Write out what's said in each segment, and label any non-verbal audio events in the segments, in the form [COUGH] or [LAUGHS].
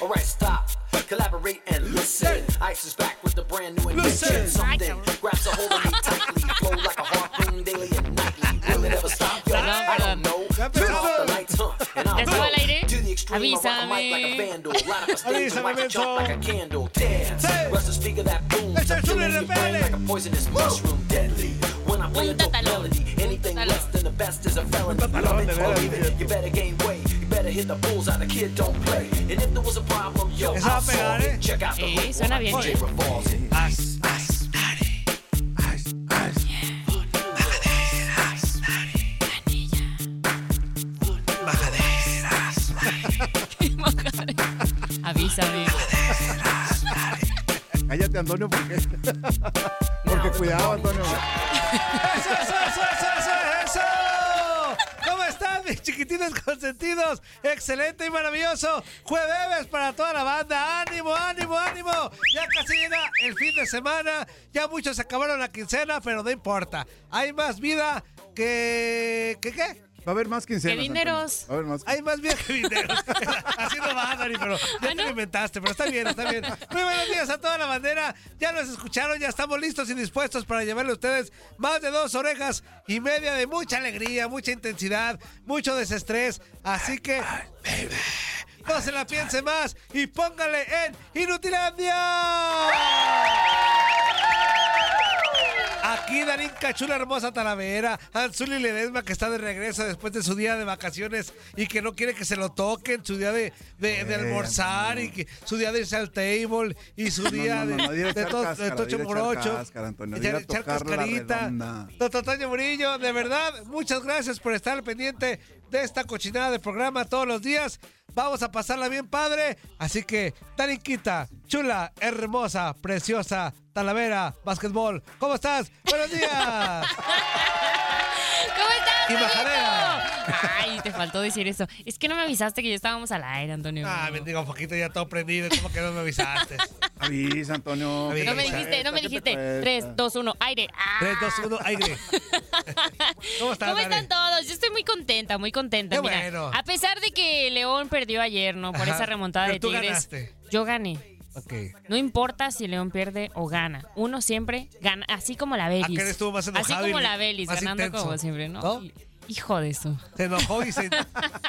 Alright, stop, collaborate and listen. Ice is back with the brand new invention. Something grabs a hold of me tightly, flow like a harpoon daily and nightly. Will it ever stop? Yo, I don't know. Turn off the lights, huh? And I'll ¿Ya estaba al aire? blow. To the extreme, I rock a mic like a vandal. Light up a stage Avísame, like a chump, menso. like a candle. Dance, Sí. rush the speaker that boom. Ese I'm es un killing your brain rebelde. like a poisonous mushroom, deadly. When I play a dope Punta talón. melody, anything Punta less talón. than the best is a felony. Punta Love talón, it de or veras, leave tío. it, you better gain weight. You better hit the bullseye. The kid don't play. And if there was a problem, yo, Esa va a I'll solve pegar, eh. it. Check out the Sí, hook suena while bien, DJ eh. revolves it. Avísame. Cállate, Antonio, porque. [LAUGHS] Porque cuidado, Antonio. ¡Eso, eso, eso, eso, eso, eso! ¿Cómo están, mis chiquitines consentidos? Excelente y maravilloso. Jueves para toda la banda. ¡Ánimo, ánimo, ánimo! Ya casi llega el fin de semana. Ya muchos acabaron la quincena, pero no importa. Hay más vida que. ¿Qué qué? Va a haber más quincenas. ¡Qué dineros! Antonio. Va a haber más. Hay más vida que [LAUGHS] dineros. Así no va, Dani, pero ya ¿Ah, te no? lo inventaste, pero está bien, está bien. Muy buenos días a toda la bandera. Ya nos escucharon, ya estamos listos y dispuestos para llevarle a ustedes más de dos orejas y media de mucha alegría, mucha intensidad, mucho desestrés. Así que. No se la piense más y póngale en Inutilandia. Aquí Darín Cachula Hermosa Talavera, Anzuli Ledesma que está de regreso después de su día de vacaciones y que no quiere que se lo toquen, su día de, de- de almorzar y que, su día de irse al table y su día no, no, no, de, de ir a de echar to- de cáscara, tocho de ir a por echar ocho, cáscara, Antonio, de echar- ir a echar tocar la cascarita. redonda. Doctor Toño Murillo, de verdad, muchas gracias por estar al pendiente de esta cochinada de programa todos los días. Vamos a pasarla bien padre. Así que, Darinquita, chula, hermosa, preciosa, Talavera, basquetbol. ¿Cómo estás? ¡Buenos días! ¿Cómo estás, Y Toñito? majadera. Ay, te faltó decir eso. Es que no me avisaste que ya estábamos al aire, Antonio. ah, [LAUGHS] bendigo, poquito ya todo prendido. ¿Cómo que no me avisaste? Avisa, Antonio. Avisa. no me ¿qué dijiste, no me dijiste. 3, 2, 1, aire. Ah. 3, 2, 1, aire. ¿Cómo estás, ¿Cómo Dari? están todos? Yo estoy muy contenta, muy contenta. Qué Mira, bueno. a pesar de que León perdió ayer, ¿no? Por Ajá, esa remontada pero de tú Tigres. ganaste. Yo gané. Ok. No importa si León pierde o gana. Uno siempre gana, así como la Belis. Aquel estuvo más enojado Así como y la Belis, más ganando intenso, como siempre, ¿no? ¿no? Hijo de eso. Se enojó y se,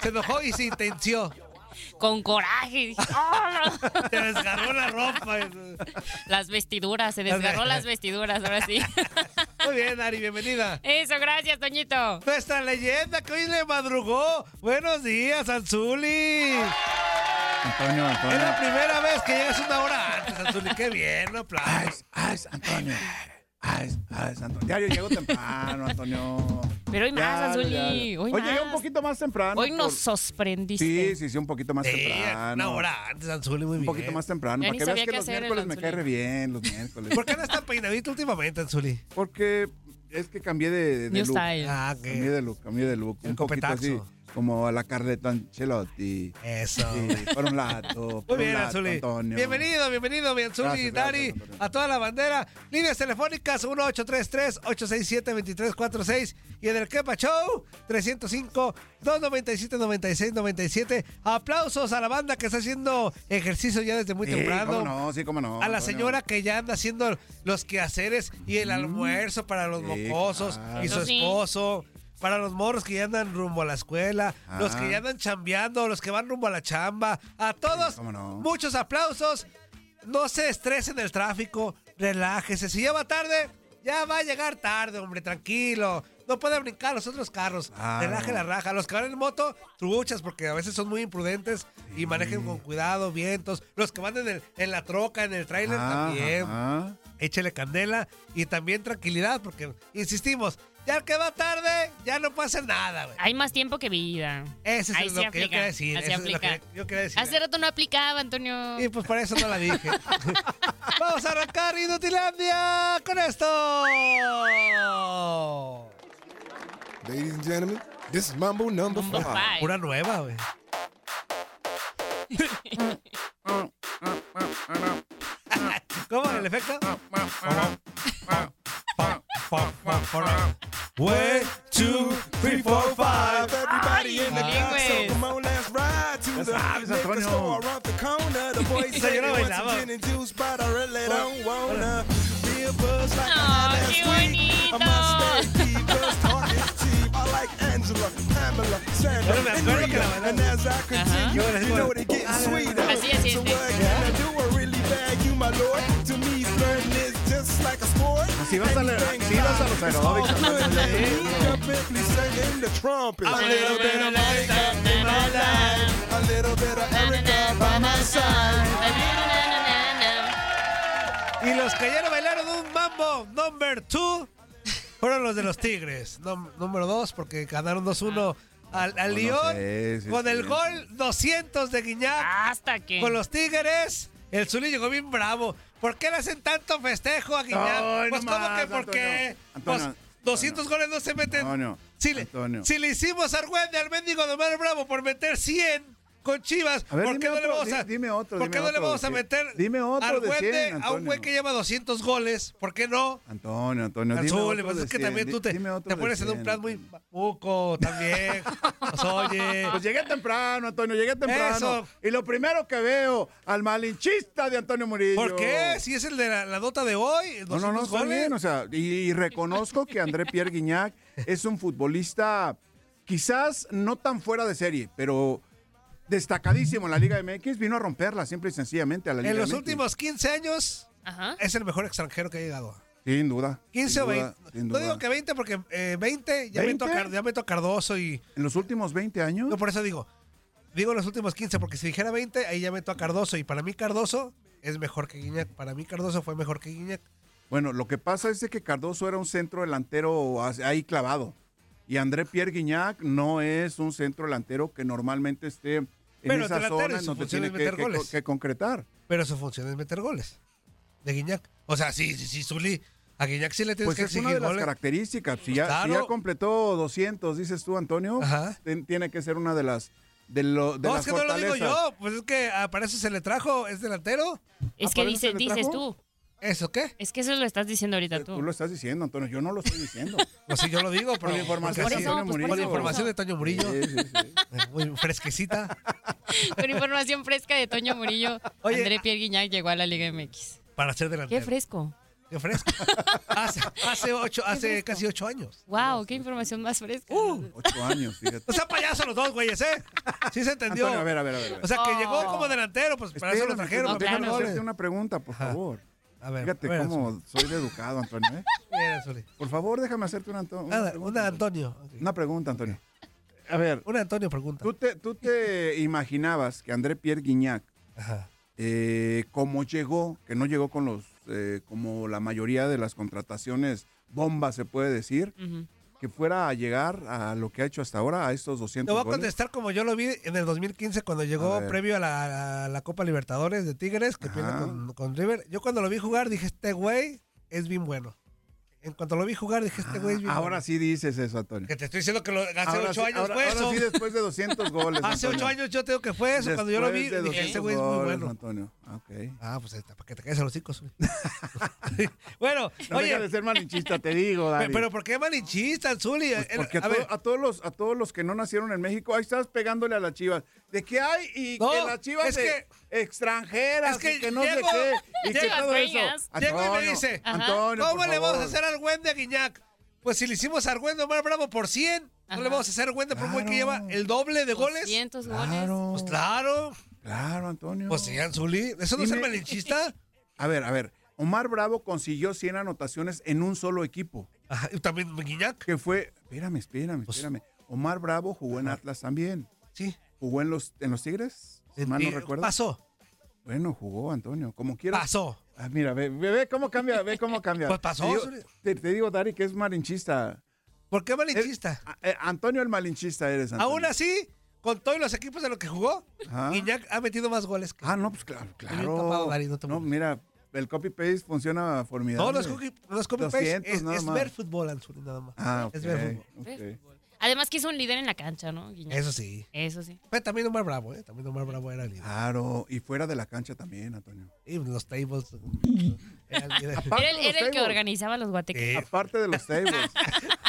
se enojó y se intenció. [LAUGHS] Con coraje. Dije, "Ah, [LAUGHS] no". Te desgarró la ropa. Las vestiduras, se desgarró las vestiduras, ahora sí. [LAUGHS] Muy bien, Dari, bienvenida. Eso, gracias, Toñito. Nuestra leyenda que hoy le madrugó. Buenos días, Anzuli. Antonio, Es la Antonio. primera vez que llegas una hora antes, Anzuli. Qué bien, no aplausos. Ice, ice, Antonio. Ice, ice, Antonio. Ya yo llego temprano, Antonio. Pero hoy más, Anzuli, hoy más. llegué un poquito más temprano. Hoy nos por- sorprendiste. Sí, sí, sí, un poquito más Sí, temprano. una hora antes, Anzuli, muy Un bien. poquito más temprano. Ya Para ni que veas sabía que qué los hacer el miércoles me Anzuli. cae re bien, [LAUGHS] los miércoles. ¿Por qué no está peinadito últimamente, Anzuli? Porque es que cambié de, de New look. style. Ah, Cambié que de look, cambié de look. El Un poquito así, copetazo. como a la Carleta Ancelotti. Eso. Sí, por un lado. Muy por bien, un lado, Anzuli. Antonio. Bienvenido, bienvenido, mi Anzuli, Gracias, Dari, gracias, Antonio. a toda la bandera. Líneas telefónicas 1833-867-2346 y en el Kepa Show 305-297-9697. Aplausos a la banda que está haciendo ejercicio ya desde muy Sí, temprano. cómo no, sí, cómo no. A la Antonio. señora que ya anda haciendo los quehaceres y el almuerzo para los sí, mocosos claro. y su Eso sí. esposo. Para los morros que ya andan rumbo a la escuela, los que Ah. ya andan chambeando, los que van rumbo a la chamba. A todos, cómo no. muchos aplausos. No se estresen el tráfico, relájese. Si ya va tarde, Ya va a llegar tarde, hombre, tranquilo. No puede brincar los otros carros. Claro. Relaje la raja. Los que van en moto, truchas, porque a veces son muy imprudentes y manejen con cuidado, vientos. Los que van en, el- en la troca, en el tráiler Ah, también. ah. Échele candela y también tranquilidad, porque insistimos, ya el que va tarde, ya no pasa nada, güey. Hay más tiempo que vida. Eso es Ahí lo sí que yo aplica, quería decir. así eso es lo que aplica. yo quería decir. Hace rato no aplicaba, Antonio. Y pues para eso no la dije. [LAUGHS] Vamos a arrancar Inutilandia con esto. Ladies and gentlemen, this is Mambo number Number five. five. Una nueva, güey. ¿Cómo el efecto? One, two, three, four, five. Everybody in the car, so bilingües. come on, let's ride to the sabes, liquor Antonio. store around the corner. The boys Esa say [LAUGHS] yo they no want some bailaba. Oh. gin and juice, but I really don't wanna be a buzz like I had Oh, last qué week. I must stay deep, 'cause talk is cheap. I like Angela, Pamela, Sandra, Yo no me and acuerdo que la Rita. bailaba. And as I continue, Yo no me you know acuerdo. they getting sweeter. Ah, Así, así, So así. what can I do? I really bag you, my lord. To me, flirting is just like a sport. Si vas a la- Anything si vas a los fine, it's all good, aeróbicos, ¿no? let me Completely singing the trumpet. A little bit of Monica in my life. A little bit of Erica by my side. Y los que ayer bailaron un mambo, number two, fueron los de los Tigres. Num- número dos, porque ganaron 2-1 al, al Lyon. Oh, sé, sí, con el sí. gol 200 de Guiñac. Hasta que. Con los Tigres, el Zuli llegó bien bravo. ¿Por qué le hacen tanto festejo a Guiñac? Ay, pues, no ¿cómo más, que por qué? Antonio, Pues, Antonio, 200 goles no se meten. Antonio, si, le, Antonio. si le hicimos a Argüende al mendigo de Omar Bravo por meter 100 con Chivas, A ver, ¿por qué dime no le otro, vamos a, di- dime otro, ¿por qué dime no le otro vamos de a 100. meter Dime otro de Argüende 100, a un güey Antonio. que lleva 200 goles? ¿Por qué no? Antonio, Antonio, dime Azul, otro pues de es que 100, también di- tú te, dime otro te de pones en un 100, plan muy Antonio. buco también. Pues, oye. [LAUGHS] Pues llegué temprano, Antonio, llegué temprano. Eso. Y lo primero que veo, al malinchista de Antonio Murillo. ¿Por qué? Si es el de la, la dota de hoy, No, 200 no, no, está goles. bien, o sea, y, y reconozco que André Pierre Guignac es un futbolista quizás no tan fuera de serie, pero destacadísimo en la Liga MX, vino a romperla siempre y sencillamente a [LAUGHS] la Liga En los MX. últimos 15 años Ajá. es el mejor extranjero que ha llegado. Sin duda. 15 sin o duda, 20. sin No duda. digo que 20 porque eh, 20 ya, Meto a 20? Car- ya meto a Cardoso y... En los últimos 20 años. No, por eso digo. Digo los últimos 15 porque si dijera 20 ahí ya meto a Cardoso y para mí Cardoso es mejor que Guiñac. Para mí Cardoso fue mejor que Guiñac. Bueno, lo que pasa es de que Cardoso era un centro delantero as- ahí clavado. Y André Pierre Guignac no es un centro delantero que normalmente esté en Pero esa delantero zona y en su donde función tiene es que, meter que co- goles. que concretar. Pero su función es meter goles de Guiñac. O sea, sí, sí, sí, Zuli. A Guiñac sí le tienes Pues que es una de exigir las goles. características. Si ya, si Pues Claro. ya completó 200, dices tú, Antonio, Ajá. ten- tiene que ser una de las de lo, de No, las es que no lo digo fortalezas. yo. Pues es que ah, para eso se le trajo. Es delantero. Es que dices, ¿Aparece el dices trago? tú. ¿Eso qué? Es que eso lo estás diciendo ahorita tú. Eh, Tú lo estás diciendo, Antonio. Yo no lo estoy diciendo. [LAUGHS] No sé, yo lo digo por, Por la porque información Por de así- eso, pues, Antonio por por la eso, información de Toño Murillo. Sí, sí, sí. [LAUGHS] eh, Muy fresquecita. Con información fresca de Toño Murillo, [LAUGHS] Oye, André ah- Pierre Guiñac llegó a la Liga MX. Para ser Qué delantero. fresco. [LAUGHS] Qué fresco. Hace, hace ocho, hace casi ocho años. Uh, Wow, qué información más fresca. Ocho años, fíjate. O sea, payaso los dos, güeyes, ¿eh? Sí se entendió. Antonio, a ver, a ver, a ver. O sea, que Oh. llegó como delantero, pues para eso lo Espérame, trajeron. para Antonio, para déjame meter meter hacerte goles. una pregunta, por favor. A ver, Fíjate a ver, cómo soy de educado, Antonio. ¿eh? Mira, Zuli. Por favor, déjame hacerte una, Anto- Nada, pregunta. una Antonio. Una pregunta, Antonio. A ver, Una Antonio pregunta. ¿tú te, tú te imaginabas que André Pierre Guignac, Ajá. eh, como llegó, que no llegó con los, eh, como la mayoría de las contrataciones bombas, se puede decir, Ujú. que fuera a llegar a lo que ha hecho hasta ahora, a estos 200 Te voy a goles? contestar como yo lo vi en el 2015 cuando llegó A ver. previo a la, a la Copa Libertadores de Tigres que pierde Ajá. con, con River. Yo cuando lo vi jugar dije, este güey es bien bueno. En cuanto lo vi jugar dije, este güey es bien bueno. Ahora sí dices eso, Antonio. Que te estoy diciendo que lo, hace Ahora ocho sí- años ahora- fue ahora eso. sí, después de 200 goles. [LAUGHS] hace ocho Antonio. años yo tengo que fue eso. cuando yo lo vi, Después de dije, este 200 güey es muy goles, bueno. Antonio. Ah, ok. Ah, pues ahí está, para que te caes a los hijos. [LAUGHS] [LAUGHS] bueno, No oye, deja de ser malinchista, te [LAUGHS] digo, pe- Dari. pero ¿por qué malinchista, Zuli? Pues Eh, porque a, a ver, to- a todos los, a todos los que no nacieron en México, ahí estás pegándole a las chivas. ¿De qué hay? Y No, que las chivas es de- extranjeras, es que y que no llego- sé qué, y que llego a todo eso. Vegas, llego y me Antonio, dice, Ajá. Antonio, ¿cómo por le vamos a favor. hacer al Wende a Guiñac? Pues si le hicimos al Wende Omar Bravo por 100, no le Ajá. vamos a hacer al Wende por un güey que Claro. lleva el doble de goles. 200 goles. Claro, Pues claro, claro, Antonio. pues sean Zuli. ¿Eso no es ser Dime- malinchista? A ver, a ver. Omar Bravo consiguió 100 anotaciones en un solo equipo, Ajá, y también Guiñac. Pues que fue, espérame, espérame, espérame. Omar Bravo jugó en Atlas también. Sí. ¿Jugó en los, en los Tigres? Si mal no Eh, recuerdo. Pasó, Bueno, jugó Antonio, como quieras. pasó. Ah, mira, ve, ve, ve cómo cambia, ve cómo cambia. Pues pasó, Te digo, Zuli. te, te digo, Dari, que es malinchista. ¿Por qué malinchista? A- eh, Antonio el malinchista eres, Antonio. Aún así, con todos los equipos ¿este de los que jugó, Ajá. Guiñac ha metido más goles que Ah, no, pues claro, bien tapado, claro. Dari, no te no, molestes. mira, el copy-paste funciona formidable. No, los copy, los copy paste 200 es, nada es más. ver fútbol, Anzuli, nada más. Ah, ok. Es ver fútbol. ok. Además que es un líder en la cancha, ¿no? Guiñac? Eso sí. Eso sí. [LAUGHS] Pero también Omar Bravo, ¿eh? También Omar Bravo era líder. Claro, y fuera de la cancha también, Antonio. Y los tables. era líder. Aparte Era el, de era los el que tables. Eh, organizaba los guateques. Sí. Aparte [LAUGHS] de los [LAUGHS] tables. Pues.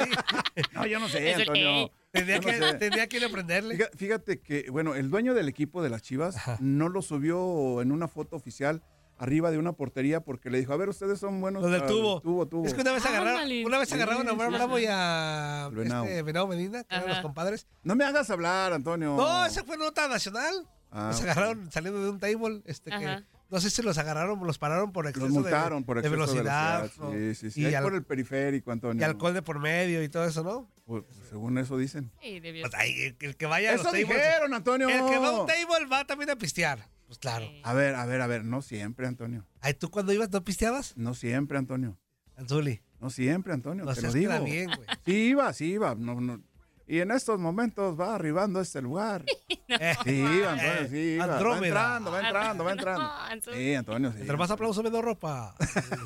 no, yo no sé, Es el- Antonio. eh. Tendría Yo no que, sé. tendría que ir a aprenderle. Fíjate, fíjate que, bueno, el dueño del equipo de las Chivas no lo subió en una foto oficial arriba de una portería porque le dijo, a ver, ustedes son buenos. Los del para el tubo. Tubo, tubo. Es que una vez agarraron, Ándale. una vez agarraron a Omar Sí, sí, Bravo sí. y a El Venado. este Venado Medina, que eran Ajá. los compadres. No me hagas hablar, Antonio. No, esa fue nota nacional. Ah, los ok. agarraron saliendo de un table, este que Ajá. no sé si los agarraron, los pararon por exceso Los multaron de, por de exceso de velocidad, ¿no? Sí, sí, sí. Y, Ahí al- por el periférico, Antonio. y alcohol de por medio y todo eso, ¿no? Pues, según eso dicen. Sí, debió Pues, ser. ay, el, el que vaya a los Eso tables. dijeron, Antonio. El que va a un table va también a pistear. Pues claro. A ver, a ver, a ver. No siempre, Antonio. Ay, ¿tú cuando ibas no pisteabas? No siempre, Antonio. Anzuli. No siempre, Antonio. No te lo seas digo. queda bien, güey. [LAUGHS] Sí iba, sí iba. No, no. Y en estos momentos va arribando a este [LAUGHS] lugar. Eh, Sí, iba, Antonio, sí. iba. eh, Va Andrómeda. entrando, va entrando, va No, entrando. [LAUGHS] Antonio. Sí, Antonio, sí. Entre más aplauso me doy [LAUGHS] ropa.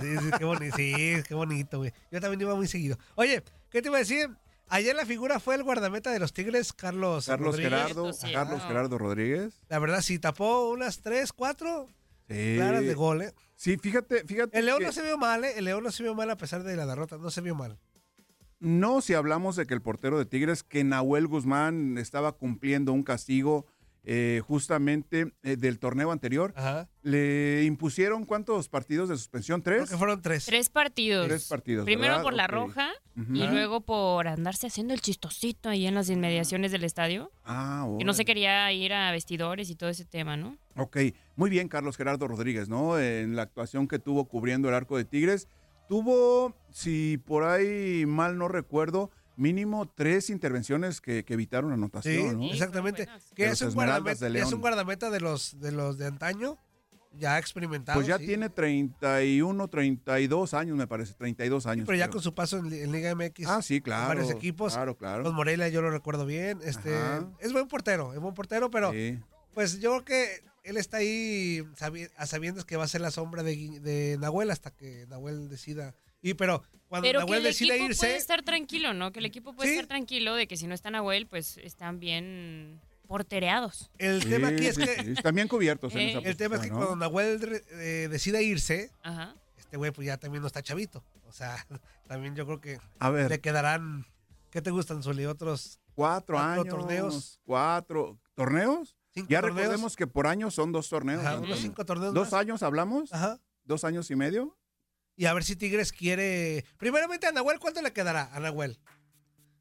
Sí, sí, qué bonito, sí, qué bonito, güey. Yo también iba muy seguido. Oye, ¿qué te iba a decir? Ayer la figura fue el guardameta de los Tigres, Carlos. Carlos Rodríguez. Gerardo, Sí. Carlos Ah. Gerardo Rodríguez. La verdad, sí, tapó unas tres, cuatro Sí. claras de gol, ¿eh? Sí, fíjate, fíjate. El León que- no se vio mal, ¿eh? El León no se vio mal a pesar de la derrota, no se vio mal. No, si hablamos de que el portero de Tigres, que Nahuel Guzmán estaba cumpliendo un castigo eh, justamente eh, del torneo anterior, Ajá. le impusieron cuántos partidos de suspensión, tres. Porque fueron tres. Tres partidos. Tres partidos, Primero ¿verdad? por la Ok. roja Ujú. y luego por andarse haciendo el chistosito ahí en las inmediaciones del estadio. Ah, Que no se órale. quería ir a vestidores y todo ese tema, ¿no? Ok, muy bien Carlos Gerardo Rodríguez, ¿no? En la actuación que tuvo cubriendo el arco de Tigres, tuvo, si por ahí mal no recuerdo, mínimo tres intervenciones que, que evitaron Sí, anotación, ¿no? Sí, exactamente. fueron buenas. Que De es los un, Esmeraldas guardameta, de ya es un León. guardameta de los de los de antaño, ya experimentado. Pues ya sí. tiene 31, 32 años, me parece, 32 Sí, años. Pero ya creo. con su paso en, li- en Liga MX. Ah, sí, claro. varios equipos. Claro, claro. Los Morelia yo lo recuerdo bien. Este, Ajá. es buen portero, es buen portero, pero Sí. pues yo creo que él está ahí sabi- a sabiendas que va a ser la sombra de, Gui- de Nahuel hasta que Nahuel decida. Y pero cuando Pero que Nahuel el decida equipo puede irse, estar tranquilo, ¿no? Que el equipo puede Sí. estar tranquilo de que si no está Nahuel, pues están bien portereados. el Sí, tema aquí es sí, sí, que Están bien cubiertos en Eh, esa el tema es que posición, cuando ¿no? Nahuel re- eh, decida irse, Ajá. este güey pues ya también no está chavito. O sea, [LAUGHS] también yo creo que A le ver, quedarán ¿Qué te gustan, Zuli? ¿Otros cuatro, cuatro años. torneos. Cuatro. ¿Torneos? cinco Ya torneos? recordemos que por año son dos torneos. Ajá, ¿no? unos cinco torneos ¿Dos más. años hablamos? Ajá. ¿Dos años y medio? Y a ver si Tigres quiere. Primeramente, a Nahuel, ¿cuánto le quedará a Nahuel?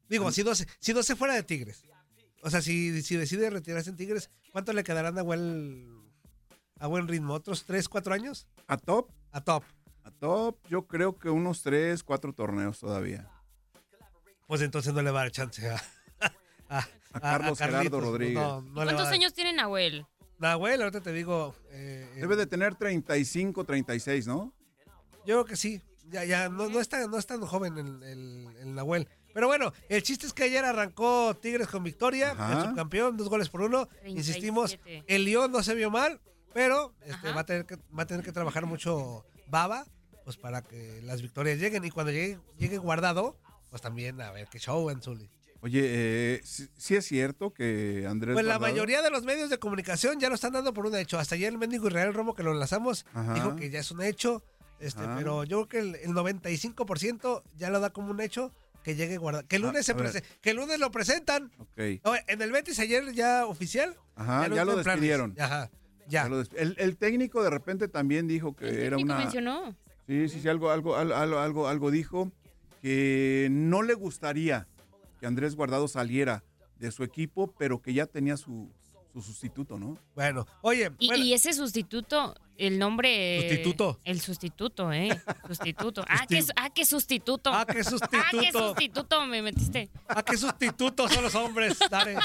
Digo, si 12, si 12 fuera de Tigres. O sea, si, si decide retirarse en Tigres, ¿cuánto le quedará a Nahuel a buen ritmo? ¿Otros 3, 4 años? ¿A top? A top. A top, yo creo que unos tres, cuatro torneos todavía. Pues entonces no le va a dar chance a. [LAUGHS] a- a- Carlos Gerardo Carlitos. Rodríguez. No, no le va a ¿Cuántos dar. años tiene Nahuel? Nahuel, ahorita te digo. eh, eh, Debe de tener 35, 36, ¿no? Yo creo que sí. Ya, ya, no, no, es tan, no es tan joven el, el, el Nahuel. Pero bueno, el chiste es que ayer arrancó Tigres con victoria, Ajá. el subcampeón, dos goles por uno. 37. Insistimos, el León no se vio mal, pero este, Ajá. va, a tener que, va a tener que trabajar mucho Baba pues para que las victorias lleguen. Y cuando llegue, llegue guardado, pues también a ver qué show en Zuli. Oye, eh, sí, sí es cierto que Andrés. Pues la Guardado- mayoría de los medios de comunicación ya lo están dando por un hecho. Hasta ayer el mendigo Israel Romo, que lo enlazamos, Ajá. dijo que ya es un hecho. Este, Ajá. pero yo creo que el, el 95% ya lo da como un hecho que llegue guardado. Que el Ah, lunes, se a ver. prese- que el lunes lo presentan. Ok. Oye, En el Betis ayer ya oficial. Ajá, ya está lo en planes. despidieron. Ajá, ya. Ya lo desp- El, el técnico de repente también dijo que El era técnico una. mencionó. Sí, sí, sí, algo, algo, al- algo, algo, algo dijo que no le gustaría que Andrés Guardado saliera de su equipo, pero que ya tenía su, su sustituto, ¿no? Bueno, oye, Y, bueno, y ese sustituto el nombre. eh, Sustituto. El sustituto, [LAUGHS] ¿eh? Sustituto. Ah, qué, su- ah, qué sustituto. Ah, qué sustituto. [LAUGHS] Ah, qué sustituto me metiste. ¿A qué sustitutos son los hombres? Dale.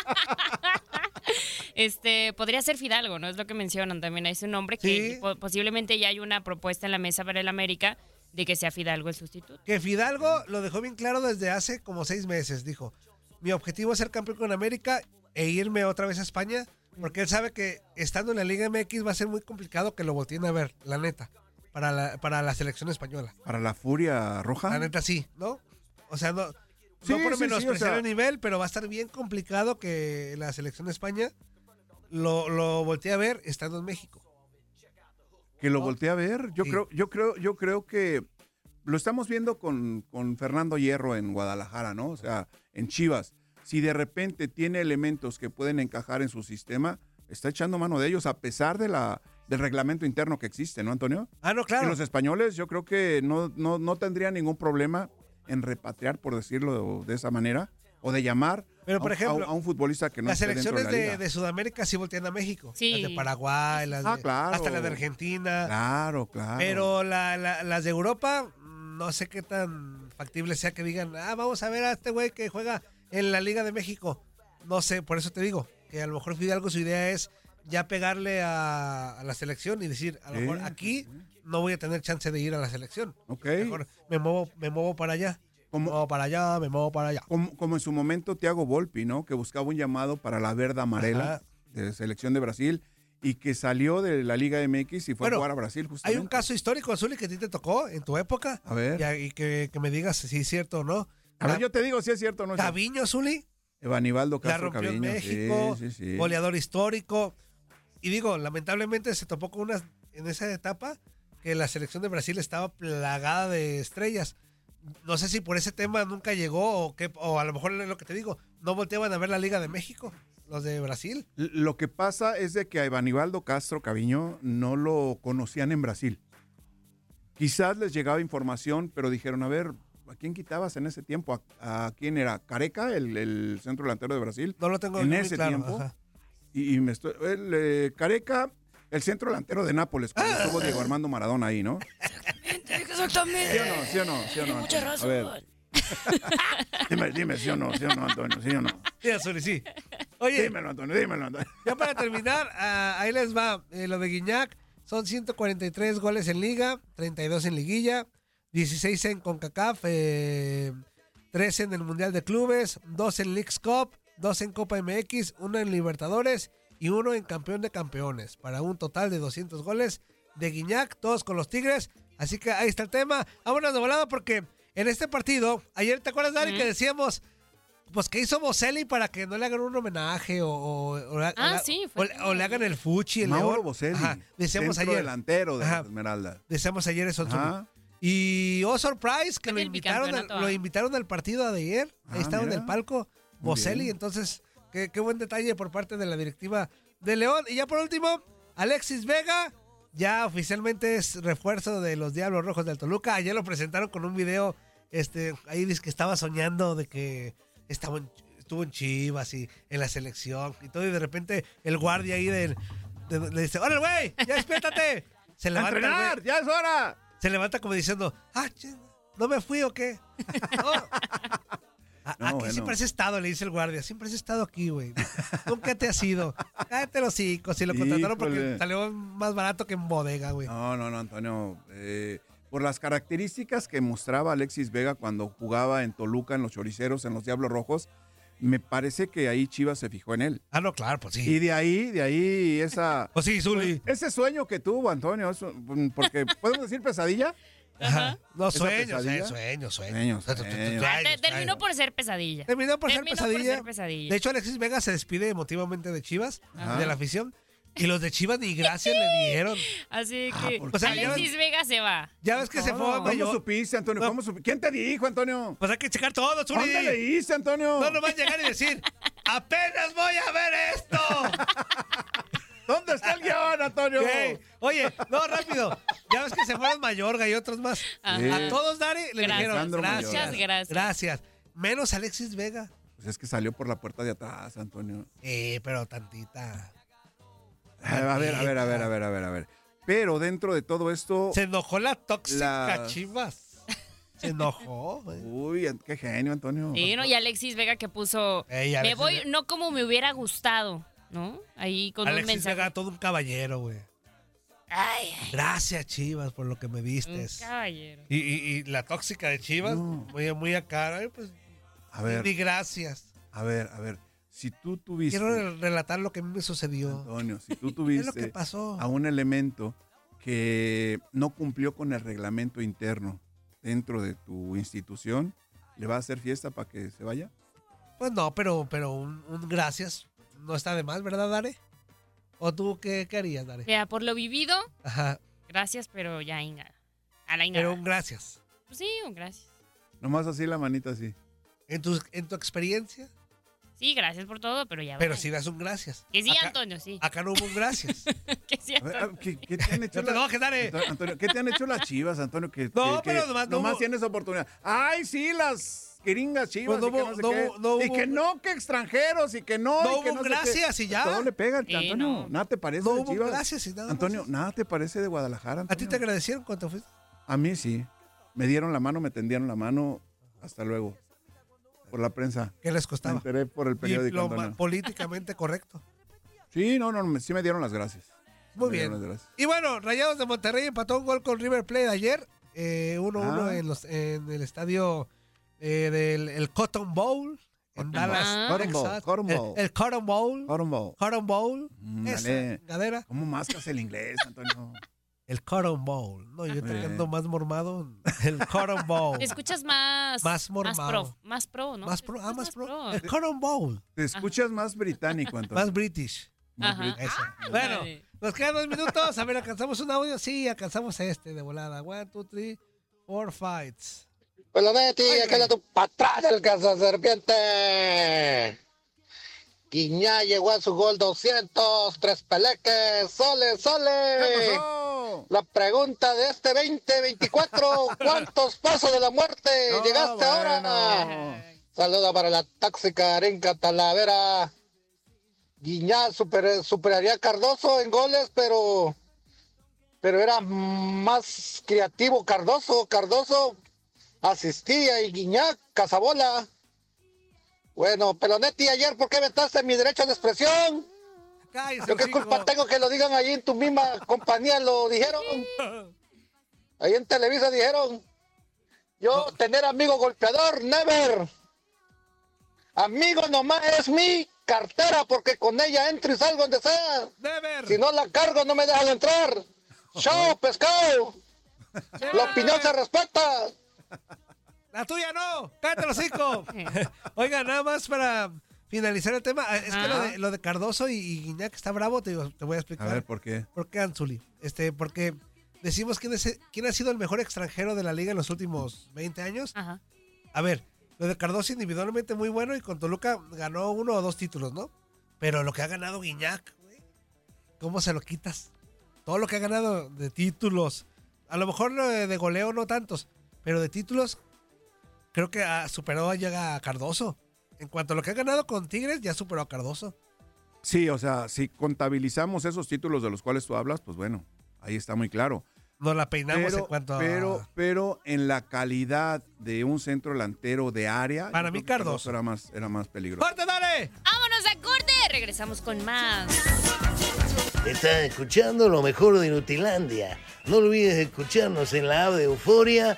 Este, podría ser Fidalgo, ¿no? Es lo que mencionan también. Es un nombre que Sí. po- posiblemente ya hay una propuesta en la mesa para el América de que sea Fidalgo el sustituto. Que Fidalgo lo dejó bien claro desde hace como seis meses. Dijo, mi objetivo es ser campeón con América e irme otra vez a España. Porque él sabe que estando en la Liga MX va a ser muy complicado que lo volteen a ver, la neta. Para la, para la selección española. Para la furia roja. La neta sí, ¿no? O sea, no, Sí, no por sí, sí, menospreciar o sea- el nivel, pero va a estar bien complicado que la selección de España lo, lo voltee a ver estando en México. Que lo volteé a ver. Yo Sí. creo, yo creo, yo creo que lo estamos viendo con, con Fernando Hierro en Guadalajara, ¿no? O sea, en Chivas. Si de repente tiene elementos que pueden encajar en su sistema, está echando mano de ellos a pesar de la, del reglamento interno que existe, ¿no, Antonio? Ah, no, Y claro. los españoles yo creo que no, no, no tendría ningún problema en repatriar, por decirlo de, de esa manera, o de llamar Pero, a por un- a, ejemplo, a un futbolista que no las esté dentro de selecciones la de, liga. de Sudamérica sí voltean a México. Sí. Las de Paraguay, las Ah, de- claro. hasta las de Argentina. Claro, claro. Pero la- la- las de Europa, mm, no sé qué tan factible sea que digan, ah, vamos a ver a este güey que juega en la Liga de México. No sé, por eso te digo, que a lo mejor Fidalgo su idea es ya pegarle a, a la selección y decir, a lo Sí, mejor sí, aquí no voy a tener chance de ir a la selección. Ok. Mejor me muevo, me muevo para allá. Me Como- muevo para allá, me muevo para allá. Como, como en su momento Thiago Volpi, ¿no? Que buscaba un llamado para la verde amarela Ajá. de selección de Brasil y que salió de la Liga MX y fue Bueno, a jugar a Brasil Hay justamente. un caso histórico, Azul, que a ti te tocó en tu época. A ver. Y, y que, que me digas si es cierto o no. A ver, yo te digo si es cierto o no. es cierto. Taviño, Zuli, Evanibaldo La Castro rompió en Caviño. Sí, México, sí, sí. goleador histórico. Y digo, lamentablemente se topó con unas en esa etapa que la selección de Brasil estaba plagada de estrellas. No sé si por ese tema nunca llegó o, que, o a lo mejor es lo que te digo, no volteaban a ver la Liga de México, los de Brasil. L- Lo que pasa es de que a Evanibaldo Castro Caviño no lo conocían en Brasil. Quizás les llegaba información, pero dijeron, a ver, ¿a quién quitabas en ese tiempo? ¿A, a quién era? ¿Careca, el, el centro delantero de Brasil? No lo tengo En yo muy ese claro, tiempo, ajá. [LAUGHS] Y, y me estoy. el, eh, Careca, el centro delantero de Nápoles, cuando estuvo Diego Armando Maradona ahí, [LAUGHS] ¿no? ¿Sí o no? ¿Sí o no? ¿Sí o no? Antonio? A ver. dime, dime, ¿sí o no? ¿Sí o no, Antonio? ¿Sí o no? Mira, Zuli, sí. Oye, Dímelo, Antonio, dímelo, Antonio. Ya para terminar, ah, ahí les va eh, lo de Guiñac. Son 143 goles en liga, 32 en liguilla, 16 en CONCACAF, eh, 13 en el Mundial de Clubes, 2 en Leagues Cup, 2 en Copa MX, 1 en Libertadores y 1 en Campeón de Campeones, para un total de 200 goles de Guiñac, todos con los Tigres. Así que ahí está el tema. Vámonos de volada porque en este partido, ayer, ¿te acuerdas, Dani, que decíamos pues que hizo Boselli para que no le hagan un homenaje o, o- o la- Ah, o la- sí, o, fue le- o le hagan el fuchi, el Mauro león. Boselli, Ajá, Decíamos centro ayer, delantero de Ajá. las Esmeralda. decíamos ayer eso. Zuli. Ajá. Y oh surprise, que Fue en lo el invitaron, al, bicampeonato, lo ah. invitaron al partido de ayer. Ahí Ah, estaba en mira. el palco Muy Boselli, bien. entonces qué, qué buen detalle por parte de la directiva de León. Y ya por último, Alexis Vega. Ya oficialmente es refuerzo de los Diablos Rojos del Toluca. Ayer lo presentaron con un video, este, ahí dice que estaba soñando de que estaba en- estuvo en Chivas y en la selección y todo. Y de repente el guardia ahí del- de- le dice, ¡Órale, güey! ¡Ya despiértate! Se ¡A levanta el güey, entrenar! ¡Ya es hora! se levanta como diciendo, ah, chinga, ¿no me fui o qué? No. [LAUGHS] A- No, aquí bueno. siempre has estado, le dice el guardia. Siempre has estado aquí, güey. Nunca te has ido. Cállate los hijos. Si lo contrataron porque Híjole. salió más barato que en bodega, güey. No, no, no, Antonio. eh, por las características que mostraba Alexis Vega cuando jugaba en Toluca, en los Choriceros, en los Diablos Rojos, me parece que ahí Chivas se fijó en él. Ah, no, claro, pues Y sí. de ahí, de ahí, esa, [LAUGHS] Pues sí, Zuli. ese sueño que tuvo, Antonio, eso, mm, porque podemos decir pesadilla. Ajá. No, ¿Esa sueños, pesadilla? eh, sueños, sueños. Sueños, Tu- tu- tu- sueños. Ah, te- sueños, terminó sueños. por ser pesadilla. Terminó por ser Terminó por pesadilla. ser pesadilla. De hecho, Alexis Vega se despide emotivamente de Chivas, Ajá. de la afición. Y los de Chivas ni gracias [LAUGHS] le dieron. Así que ¿por qué? Alexis Vega se va. Ya ves que se fue a ¿Cómo ¿Cómo Mayor- supiste, Antonio? ¿Cómo supi- ¿Quién te dijo, Antonio? Pues hay que checar todo, Zuli. ¿Dónde leíste, Antonio? No nos va a llegar y decir, [LAUGHS] apenas voy a ver esto. [LAUGHS] ¿Dónde está el guión, Antonio? Güey, Oye, no, rápido. Ya ves que se fueron Mayorga y otros más. Ajá. A todos, Dari, le Gracias. dijeron Sandro gracias. Mayorga. Muchas gracias. Gracias. Menos Alexis Vega. [LAUGHS] Pues es que salió por la puerta de atrás, Antonio. Eh, pero tantita. Ah, A ver, a ver, a ver, a ver, a ver, a ver. Pero dentro de todo esto. Se enojó la tóxica La- Chivas. Se enojó. güey. Uy, qué genio, Antonio. Sí, ¿no? Y Alexis Vega que puso, Ey, me Alexis voy Vega. no como me hubiera gustado, ¿no? Ahí con un Alexis mensaje. Vega, todo un caballero, güey. Ay, ay, Gracias, Chivas, por lo que me un vistes. caballero. Y, y- y la tóxica de Chivas, No. muy, muy a cara, eh, pues A ver, di gracias. a ver, a ver. Si tú tuviste, Quiero re- relatar lo que a mí me sucedió. Antonio, si tú ¿Qué [LAUGHS] es lo que tuviste pasó? a un elemento que no cumplió con el reglamento interno dentro de tu institución, ¿le vas a hacer fiesta para que se vaya? Pues no, pero, pero un, un gracias no está de más, ¿verdad, Dare? ¿O tú qué, qué harías, Dare? Mira, por lo vivido, Ajá, gracias, pero ya inga. A la inga. pero un gracias. Pues sí, un gracias. Nomás así la manita así. En tu, en tu experiencia, Sí, gracias por todo, pero ya. pero bye. si das un gracias. Que sí, acá, Antonio, sí. acá no hubo un gracias. Que sí, A ver, Antonio. ah, ¿qué, qué te han hecho no te las- enojes, Dare. Anto- Antonio, ¿qué te han hecho las chivas, Antonio? Que, No, que- que pero nomás no nomás hubo- tienes oportunidad. ¡Ay, sí, las gringas chivas! Pues no y que hubo- no sé no qué. hubo- no y hubo- que no, que extranjeros, y que no, No y que hubo no sé gracias qué. y ya. Todo le pega, Sí, Antonio. Eh, no. Nada te parece No de hubo chivas. gracias y nada más. Antonio, nada te parece de Guadalajara, ¿A ti te Antonio? agradecieron cuando fuiste? A mí sí. Me dieron la mano, me tendieron la mano. Hasta luego. Por la prensa. ¿Qué les Me costaba? enteré por el periódico, Diploma- Antonio. políticamente correcto. Sí, no, no, me- sí me dieron las gracias. Muy Me dieron bien. las gracias. Y bueno, Rayados de Monterrey empató un gol con River Plate ayer, eh, 1-1 Ah. en, los- en el estadio eh, del el Cotton Bowl, en Cotton Dallas, Bowl. Cotton Bowl, Texas. Cotton Bowl. El, el Cotton Bowl, Cotton Bowl. Cotton Bowl, Mm, esa dale. cadera. ¿Cómo mascas el inglés, Antonio? El Cotton Bowl. No, yo Muy te bien. ando más mormado. El Cotton Bowl. Te escuchas más. Más Más mormado. pro. Más pro, ¿no? Más Te pro, ah, escuchas más pro. El Cotton Bowl. Te escuchas más británico, Antonio. Más British. Más Ajá. británico. Esa. Ah, bueno, dale. nos quedan dos minutos. A ver, ¿alcanzamos un audio? Sí, alcanzamos este de volada. One, two, three, four fights. Pues lo Betty, acá está tu patrón del serpiente. Guiñá llegó a su gol 200, tres peleques, sole, ¿Qué sole. pasó? La pregunta de este 2024, [LAUGHS] ¿cuántos pasos de la muerte No, llegaste ahora? bueno. Saluda para la tóxica Arenca Talavera. Guiñá super- superaría a Cardoso en goles, pero pero era más creativo Cardoso. Cardoso asistía y Guiñá cazabola. Bueno, Pelonetti, ayer, ¿por qué aventaste mi derecho de expresión? Cállese, Yo qué hocico. culpa tengo que lo digan ahí en tu misma compañía, lo dijeron. Ahí en Televisa dijeron, yo tener amigo golpeador, never. Amigo nomás es mi cartera porque con ella entro y salgo donde sea. Never. Si no la cargo no me dejan entrar. Chao, pescado. La opinión se respeta. [LAUGHS] La tuya no. Cállate, los [LAUGHS] cinco. Oiga, nada más para finalizar el tema. Es que Ah. lo de, lo de Cardoso y, y Guiñac está bravo. Te, digo, te voy a A explicar. ver, ¿por qué? ¿Por qué Anzuli? Este, porque decimos quién, es- e, quién ha sido el mejor extranjero de la liga en los últimos 20 años. Ajá. A ver, lo de Cardoso individualmente muy bueno y con Toluca ganó uno o dos títulos, ¿no? Pero lo que ha ganado Guiñac, güey, ¿cómo se lo quitas? Todo lo que ha ganado de títulos, a lo mejor lo de de goleo no tantos, pero de títulos creo que ah, superó llega a Cardoso. En cuanto a lo que ha ganado con Tigres, ya superó a Cardoso. Sí, o sea, si contabilizamos esos títulos de los cuales tú hablas, pues bueno, ahí está muy claro. Nos la peinamos en Pero, cuanto a... pero, pero en la calidad de un centro delantero de área. Para yo mí, creo que Cardoso. era más, era más peligroso. ¡Fuerte, dale! Vámonos a corte. Regresamos con más. Estás escuchando lo mejor de Nutilandia. No olvides escucharnos en la app de Euforia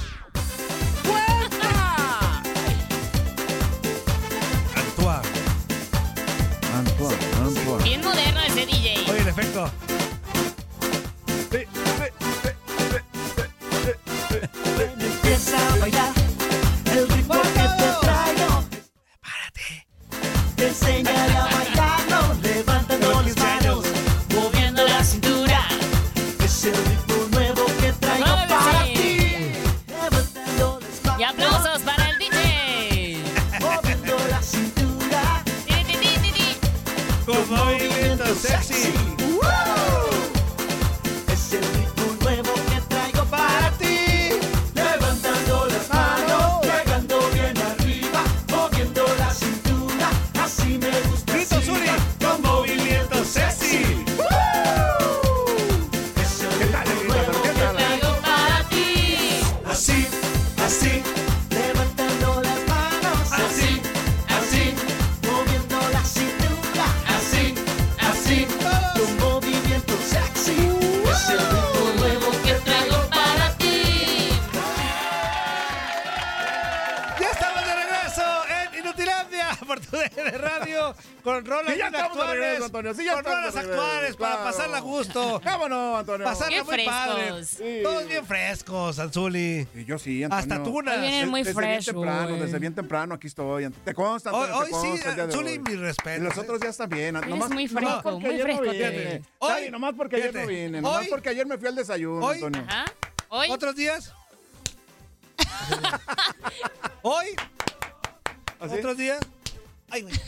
Antoine. Antoine, Antoine. Bien moderno este ese DJ. Oye, el efecto. Empieza a bailar el ritmo que te traigo. Párate. Te enseñaré a bailarlo, levantando Como las 15 años. manos, moviendo la cintura. Es el ritmo nuevo que traigo Claro que para sí. ti. movimientos sexy. Es el ritmo nuevo que traigo para ti. Levantando las manos, llegando bien arriba, moviendo la cintura, así me gusta. Grito con movimientos sexy. Es el ritmo nuevo que traigo para ti. Así, así, levantando las manos, así, así, moviendo la cintura, así, así, con movimientos sexy. Es el ritmo nuevo que traigo para ti. Ya estamos de regreso en Inutilandia [LAUGHS] por tu DN Radio con rolas Sí, ya bien estamos de actuales, regreso, Antonio, sí, ya con estamos rolas de regreso, actuales para claro. pasarla a gusto. Vámonos, Antonio. Pasarla Qué muy padre. frescos. Todos bien frescos, Anzuli. Y yo sí, Antonio. Hasta tú una. Hoy vienen muy desde bien fresh, temprano, güey. desde bien temprano aquí estoy. Ant- Te consta, Hoy, Antonio, te hoy sí, consta el día de Anzuli, hoy. mi Y respeto. los otros ya están bien. Ant- Eres muy nomás fresco, porque muy ayer fresco No te vine. ves. Hoy- Ay, nomás porque ayer no fíjate, vine. Nomás hoy- porque ayer me fui al desayuno, hoy- Antonio. Ajá. ¿Ah? Hoy, [LAUGHS] ¿Otros días? ¿Hoy? ¿Así? ¿Otros días? Ay, güey. [LAUGHS]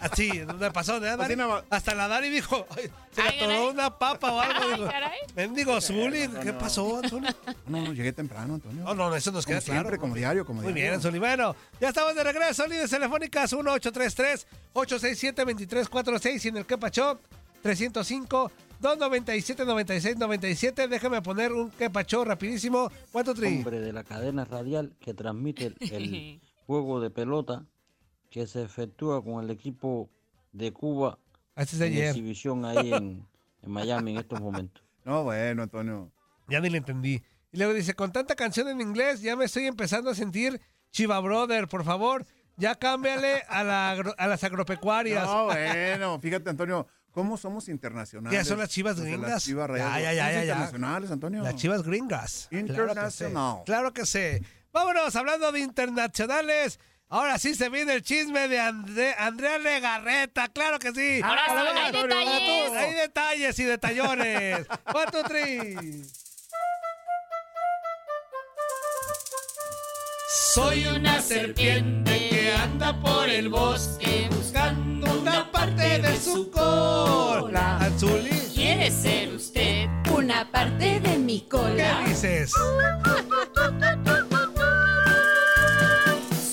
Así, me pasó, ¿verdad, Dani? Así nada más. Hasta la Dani dijo, ay, se le Ay, atoró caray. una papa o algo. Ay, digo. caray. Mendigo Zuli, ¿qué no. pasó, Anzuli? No, no, llegué temprano, Antonio. No, no, eso nos como queda siempre, claro. como diario, como Muy bien, diario. Anzuli. Bueno, ya estamos de regreso. Líneas telefónicas 1833-867-2346 y en el Quepachó 305 297 96 97 Déjame poner un Quepachó rapidísimo. ¿Cuánto tri? nombre de la cadena radial que transmite el, [LAUGHS] el juego de pelota que se efectúa con el equipo de Cuba Este es de en ayer. exhibición ahí en, en Miami en este estos [LAUGHS] momentos. No, bueno, Antonio. Ya ni le entendí. Y luego dice, con tanta canción en inglés, ya me estoy empezando a sentir Chiva Brother, por favor. Ya cámbiale a, la agro- a las agropecuarias. No, bueno, fíjate, Antonio, cómo somos internacionales. Ya son las chivas Desde gringas. Las chivas reales. Ya, ya, ya, Somos ya, ya. Internacionales, Antonio. Las chivas gringas. International. Claro que sí. Claro que sí. Vámonos, hablando de internacionales. Ahora sí se viene el chisme de André- Andrea Legarreta. Claro que sí. Ahora sí, Ahora hay tú, detalles. ahora tú. Hay detalles [LAUGHS] y detallones. Cuatro tris. Soy una serpiente que anda por el bosque buscando una parte de su cola. Anzuli, ¿Quiere ser usted una parte de mi ¿qué cola? dices?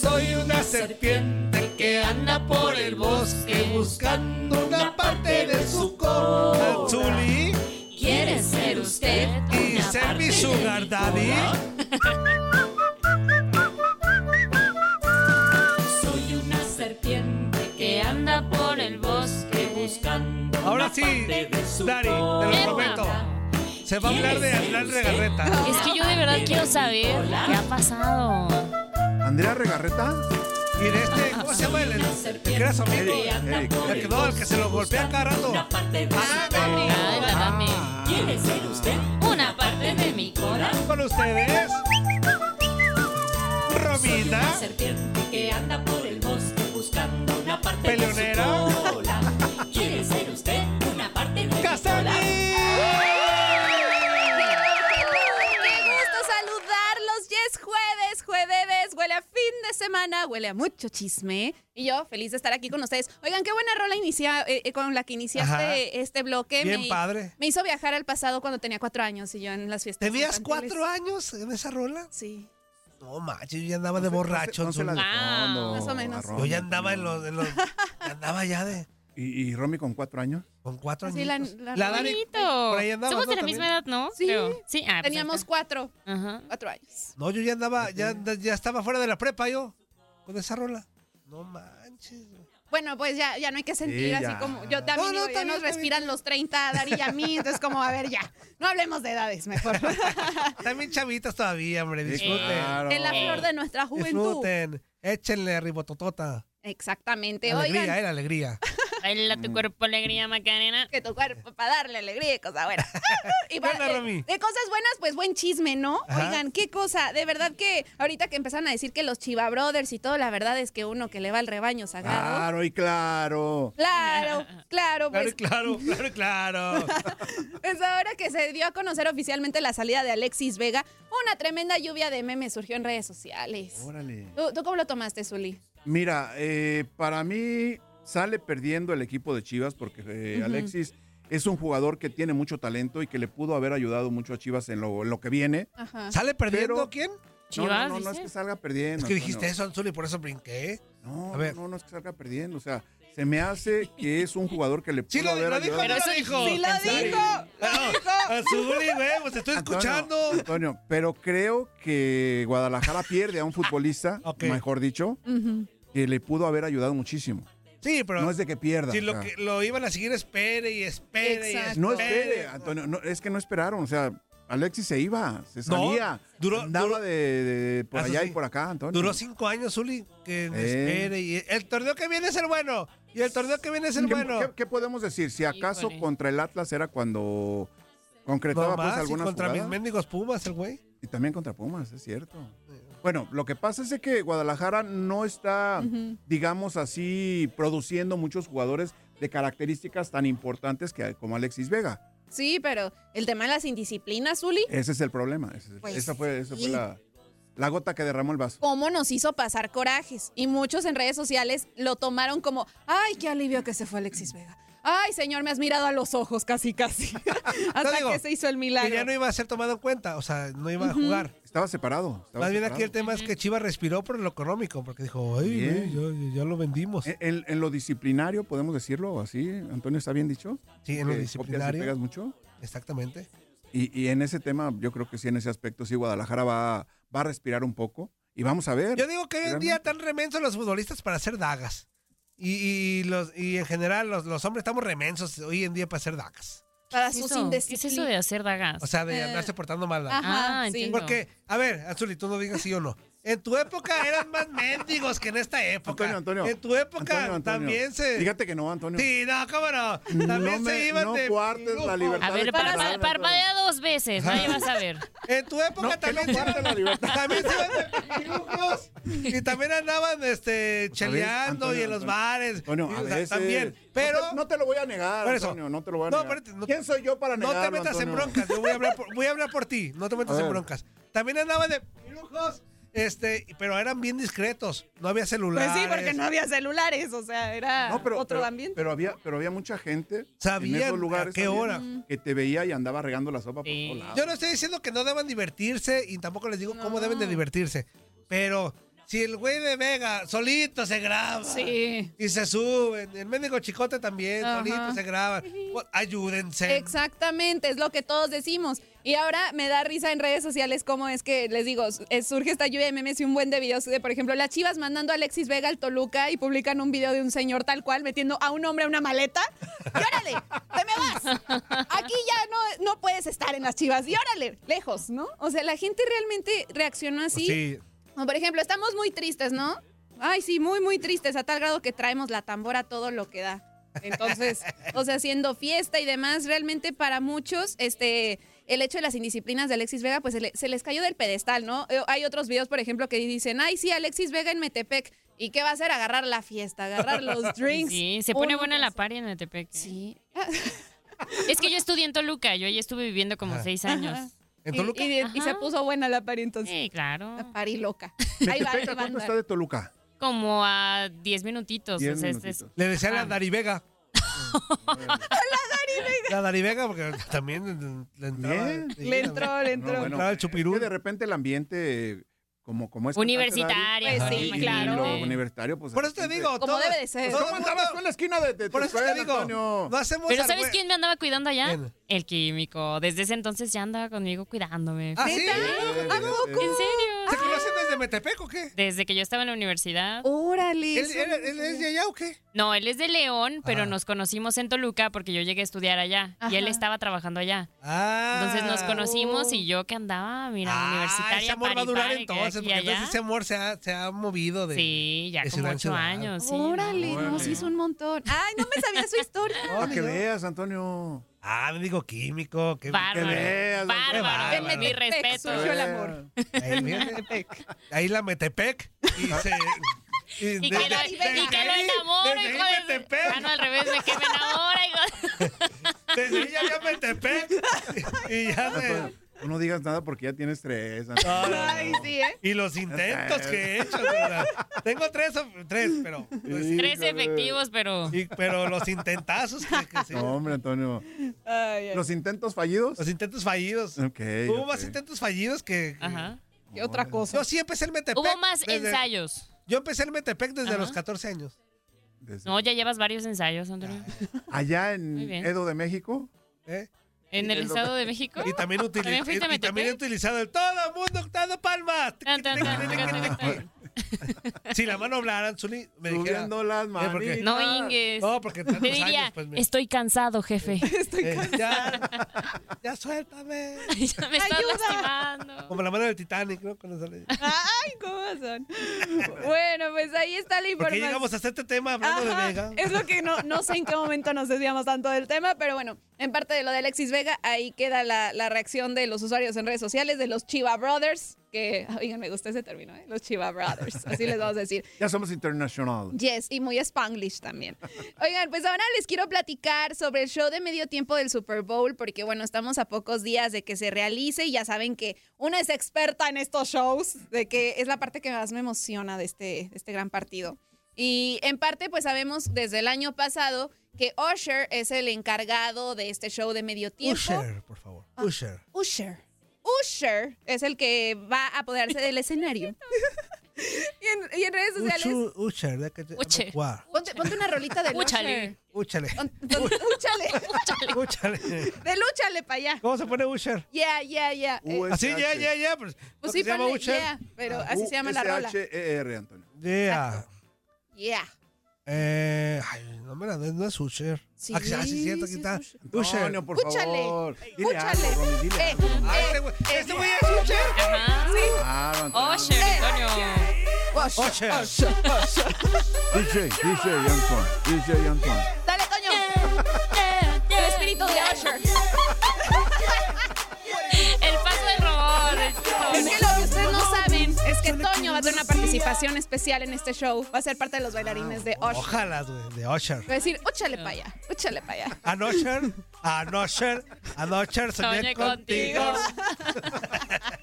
Soy una serpiente que anda por el bosque buscando una parte de su cola. Anzuli ¿Quiere ser usted y una ser parte mi de sugar mi daddy. cola? Soy una serpiente que anda por el bosque buscando. Ahora sí, Dari, te lo Epa. prometo. Se va a hablar de Andrea Legarreta. Es que yo de verdad quiero saber qué ha pasado. Andrea Regarreta. Y de este, ¿cómo se llama el, el, el que era su amigo? Eric. El que, no, el que se lo golpea cada rato. Ah, Dame. Ay, la dame. ¿Quiere ser usted una parte de mi cola? Con ustedes, Romina. Una serpiente que anda por el bosque buscando una parte Peleonera. de su cola. ¿Quiere ser usted una parte de mi cola? Castañi. ¡Qué gusto saludarlos! Ya es jueves, jueves, huele a fin de semana, huele a mucho chisme. Y yo, feliz de estar aquí con ustedes. Oigan, qué buena rola inicia, eh, eh, con la que iniciaste Ajá. este bloque. Bien me, padre. me hizo viajar al pasado cuando tenía cuatro años y yo en las fiestas. ¿Tenías infantiles. cuatro años en esa rola? Sí. No, macho, yo ya andaba de borracho. No se la Zuli. defiendo, Ah, Más o menos. Romy, yo ya andaba en los... Antonio. En los ya andaba ya de... ¿Y, y Romy con cuatro años? Con cuatro Sí, años. la- la Dani- Bonito. por ahí andabas, Somos ¿no? de la También. misma edad, ¿no? Sí. Creo. Sí, ah, pues Teníamos ahí cuatro, está. Ajá. cuatro años. No, yo ya andaba, ya, ya estaba fuera de la prepa yo, con esa rola. No [LAUGHS] manches. güey. Bueno, pues ya, ya no hay que sentir Sí, así ya. como. Yo No, también, no, digo, ya también, nos también. respiran los 30, Dari y a mí. Entonces, como, a ver, ya. No hablemos de edades, [LAUGHS] mejor. También chavitas todavía, hombre, Sí, disfruten. claro. en la flor de nuestra juventud. Disfruten, échenle a ribototota. Exactamente. alegría, Mm. Oigan, eh, la alegría. Baila tu cuerpo alegría, Macarena. que tu cuerpo para darle alegría y cosas [LAUGHS] buenas. y para- Bueno, Romy. de, de cosas buenas, pues buen chisme, ¿no? Ajá. Oigan, qué cosa. De verdad que ahorita que empezaron a decir que los Chiva Brothers y todo, la verdad es que uno que le va al rebaño sagrado. Claro y claro. Claro, claro, Ah. Claro, y pues, claro, claro, y claro. pues ahora que se dio a conocer oficialmente la salida de Alexis Vega, una tremenda lluvia de memes surgió en redes sociales. Órale. ¿Tú, tú cómo lo tomaste, Zuli? Mira, eh, para mí sale perdiendo el equipo de Chivas porque eh, Ujú. Alexis es un jugador que tiene mucho talento y que le pudo haber ayudado mucho a Chivas en lo, en lo que viene. [LAUGHS] Ah. Ajá. ¿Sale perdiendo Pero- quién? No, no, no, no, es que salga perdiendo. Es que Antonio. dijiste eso, Anzuli, por eso brinqué. No, no, no es que salga perdiendo. O sea, se me hace que es un jugador que le pudo Sí lo, haber lo dijo, ayudado. no lo dijo. Anzuli, ve, pues te Ah, estoy escuchando. Antonio, Antonio, pero creo que Guadalajara pierde a [LAUGHS] un futbolista, mejor dicho, que le pudo haber ayudado muchísimo. Sí, pero. No es de que pierda. Si o lo, sea. que, lo iban a seguir, espere y espere y espere. Eh. No espere, Antonio, no, es que no esperaron, o sea, Alexis se iba, se No, salía, duró- andaba duró- de, de por Eso allá sí. y por acá, Antonio. Duró cinco años, Zuli, que Eh. espere. Y el torneo que viene es el bueno. Y el torneo que viene es el ¿Qué, bueno. qué- qué podemos decir? Si acaso Híjole. contra el Atlas era cuando concretaba Nomás, pues y algunas contra mis jugadas. mendigos Pumas, el güey. Y también contra Pumas, es cierto. Bueno, lo que pasa es de que Guadalajara no está, Ujú. digamos así, produciendo muchos jugadores de características tan importantes que, como Alexis Vega. Sí, pero el tema de las indisciplinas, Zuli, Ese es el problema. ese es- Pues esa fue, esa fue sí. la, la gota que derramó el vaso. cómo nos hizo pasar corajes. Y muchos en redes sociales lo tomaron como, ay, qué alivio que se fue Alexis Vega. Ay, señor, me has mirado a los ojos casi, [LAUGHS] casi. Hasta digo, que se hizo el Que ya milagro. no iba a ser tomado en cuenta, o sea, no iba a jugar. Estaba separado. estaba Más bien separado. aquí el tema es que Chivas respiró por lo económico, porque dijo, ay, Bien. güey, ya, ya lo vendimos. En, en- en lo disciplinario, podemos decirlo así, Antonio, ¿está bien dicho? Sí, en lo Que disciplinario. copias y pegas mucho. Exactamente. Y, y en ese tema, yo creo que sí, en ese aspecto, sí, Guadalajara va, va a respirar un poco. Y vamos a ver. Yo digo que hoy en Realmente. día están remensos los futbolistas para hacer dagas. Y, y los, y en general los, los hombres estamos remensos hoy en día para hacer dagas. Para sus ¿Qué es eso de hacer dagas? O sea, de Eh, andarse portando mal. ajá, Ah, sí. entiendo. Porque, a ver, Azuli, tú no digas sí o no. En tu época eran más mendigos que en esta época. Antonio, Antonio. En tu época Antonio, Antonio. también se... Fíjate que no, Antonio. Sí, no, cómo no. También No me- se iban no de. coartes la libertad A ver, de para- para- palabra, parpadea dos veces, ahí vas a ver. En tu época también, se iban, también se iban de pirujos y también andaban este, A ver, cheleando Antonio, y en los Antonio. bares. Antonio, a Y, o sea, veces- También. Pero. No te, no te lo voy a negar, Por eso. Antonio, no te lo voy a No, negar. espérate, no- ¿Quién soy yo para No te negarlo, metas en Antonio? broncas, yo voy a hablar por, voy a hablar por ti, no te metas A en ver. broncas. También andaban de pirujos, este, pero eran bien discretos, no había celular. Pues sí, porque no había celulares, o sea, era No, pero, otro pero- ambiente. pero había, pero había mucha gente Sabían en esos lugares a qué también hora. que te veía y andaba regando la sopa por todos lados. Yo no estoy diciendo que no deban divertirse y tampoco les digo cómo deben de divertirse, pero si el güey de Vega solito se graba y se suben, el médico chicote también Ajá. solito se graba, pues, ayúdense. Exactamente, es lo que todos decimos. Y ahora me da risa en redes sociales cómo es que, les digo, eh, surge esta lluvia de memes y un buen de videos de, por ejemplo, las chivas mandando a Alexis Vega al Toluca y publican un video de un señor tal cual metiendo a un hombre a una maleta. ¡Y órale! ¡Te me vas! Aquí ya no, no puedes estar en las chivas. ¡Y órale! Lejos, ¿no? O sea, la gente realmente reaccionó así. Sí. Como por ejemplo, estamos muy tristes, ¿no? Ay, sí, muy, muy tristes, a tal grado que traemos la tambora a todo lo que da. Entonces, o sea, haciendo fiesta y demás, realmente para muchos, este, el hecho de las indisciplinas de Alexis Vega, pues se, le- se les cayó del pedestal, ¿no? Eh, Hay otros videos, por ejemplo, que dicen, ay, sí, Alexis Vega en Metepec. ¿Y qué va a hacer? Agarrar la fiesta, agarrar los [LAUGHS] [LAUGHS] drinks. Sí, se pone Un- buena la party en Metepec. ¿eh? Sí. [LAUGHS] Es que yo estudié en Toluca, yo ahí estuve viviendo como Ajá. seis años. Ajá. ¿En Y- Toluca? Y, de- y se Ajá. puso buena la pari entonces. Sí, claro. La pari [LAUGHS] loca. Ahí va, ahí Metepec, va ¿a a ¿Cuánto andar. está de Toluca? Como a diez minutitos. Diez o sea, este es- minutitos. Le decían Ajá. la Dari [LAUGHS] Vega. la Dari Vega. La Dari Vega porque también le entraba. Bien. sí, Le entró, le entró. No, bueno, Entraba el es que de repente el ambiente, como, como es. Universitario, universitario sí, claro. universitario, pues. Por eso te digo, Como todo- debe de ser. todo- ¿Cómo andabas tú en la esquina de, de tu Por eso te escuela, digo, Antonio? no hacemos Pero al ¿sabes güey- quién me andaba cuidando allá? ¿Quién? El químico. Desde ese entonces ya andaba conmigo cuidándome. ¿Ah, sí? ¿A poco? ¿En serio? ¿Se conocen desde Metepec o qué? Desde que yo estaba en la universidad. Órale. ¿Él, eso él- no él sabía. es de allá o qué? No, él es de León, pero Ah. nos conocimos en Toluca porque yo llegué a estudiar allá y él Ajá. estaba trabajando allá. Ah. oh. Entonces nos conocimos y yo que andaba, mira, Ah, ese universitaria. amor va a pari, durar pari, que entonces, aquí y porque allá. entonces ese amor se ha, se ha movido de. Sí, ya de como ciudad en ocho ciudad. años. Sí, Órale, ¿no? nos hizo un montón. Ay, no me sabía su [LAUGHS] historia. Para que veas, Antonio. Ah, me digo químico. Qué, Bárbaro. qué veas, Bárbaro. qué Denme mi respeto. surgió el amor. Ahí, fíjate. Ahí la Metepec. Y se. Y que, lo, y que lo enamoro, desde hijo ahí de... Metepec. Ah, no, al revés, de que me enamora, hijo de- Desde ahí ya había Metepec. Y ya se. Tú no digas nada porque ya tienes [LAUGHS] tres. Ay, sí, ¿eh? Y los intentos [LAUGHS] que he hecho, ¿verdad? Tengo tres, op- tres pero. Tres efectivos, pero. Y- pero los intentazos que, que sí. No, hombre, Antonio. ¿Los intentos fallidos? Los intentos fallidos. Ok. Hubo ok. más intentos fallidos que. Ajá. ¿Qué otra cosa? Yo sí empecé el Metepec. Hubo más desde- ensayos. Yo empecé el Metepec desde Ajá. los 14 años. No, ya llevas varios ensayos, Antonio. Allá Muy en bien. Edo de México. ¿Eh? En el Estado de [LAUGHS] México. Y también, utili- ¿También fuiste a y- y también he [LAUGHS] utilizado el todo el mundo dando palmas. si la mano hablaran, Zuli, me dijera. Subiendo las ¿eh? Porque- manitas. No ingues. No, porque Te tantos años, diría, pues, me- estoy cansado, [LAUGHS] jefe. Eh, ya, ya suéltame. [LAUGHS] ya me estás lastimando. Como la mano del Titanic, ¿no? Cuando sale. Ay, ¿cómo son? Bueno, pues ahí está la ¿Por qué información. llegamos a este tema hablando Ajá, de Vega? Es lo que no, no sé en qué momento nos desviamos tanto del tema, pero bueno, en parte de lo de Alexis Vega, ahí queda la, la reacción de los usuarios en redes sociales, de los Chiva Brothers, que, oigan, me gusta ese término, ¿eh? los Chiva Brothers, así les vamos a decir. Ya somos internacional. Yes, y muy spanglish también. Oigan, pues ahora les quiero platicar sobre el show de medio tiempo del Super Bowl, porque bueno, estamos a pocos días de que se realice y ya saben que una es experta en estos shows, de que es la parte que más me emociona de este, de este gran partido. Y en parte, pues sabemos desde el año pasado que Usher es el encargado de este show de medio tiempo. Usher, por favor. Usher. Usher. Usher es el que va a apoderarse del escenario. y, en, y en redes sociales. Uchu- Usher, de que te- Uche. Guau. Ponte, ponte una rolita de Úchale. Usher. Úchale. Úchale. Úchale. [LAUGHS] De lúchale para allá. ¿Cómo se pone Usher? Yeah, yeah, yeah. Eh, Así, ya, ya, ya. Pues, Pues sí, se llama ponle Usher. yeah, pero así se llama la rola. U-S-H-E-R, E Antonio. Yeah. Yeah. Eh, ay, no me la des, no es Usher. Sí, ah, sí, cierto, aquí sí está. es Usher. Usher. Antonio, por Úchale. favor. Úchale. Eh, Ah, eh, este güey- eh, este güey es Usher. Ajá. Claro, Ah, Antonio. Usher, Antonio. Oh, Usher. [LAUGHS] DJ, DJ Antoine. DJ Antoine. Dale, Toño. El espíritu de Usher. El paso del robot. Es que lo que ustedes no saben es que Toño va a tener una participación especial en este show. Va a ser parte de los bailarines de Usher. Ojalá, güey, de Usher. Va a decir, úchale para allá, úchale para allá. A Usher, a Usher, a Usher, soñé Soñé contigo. [LAUGHS]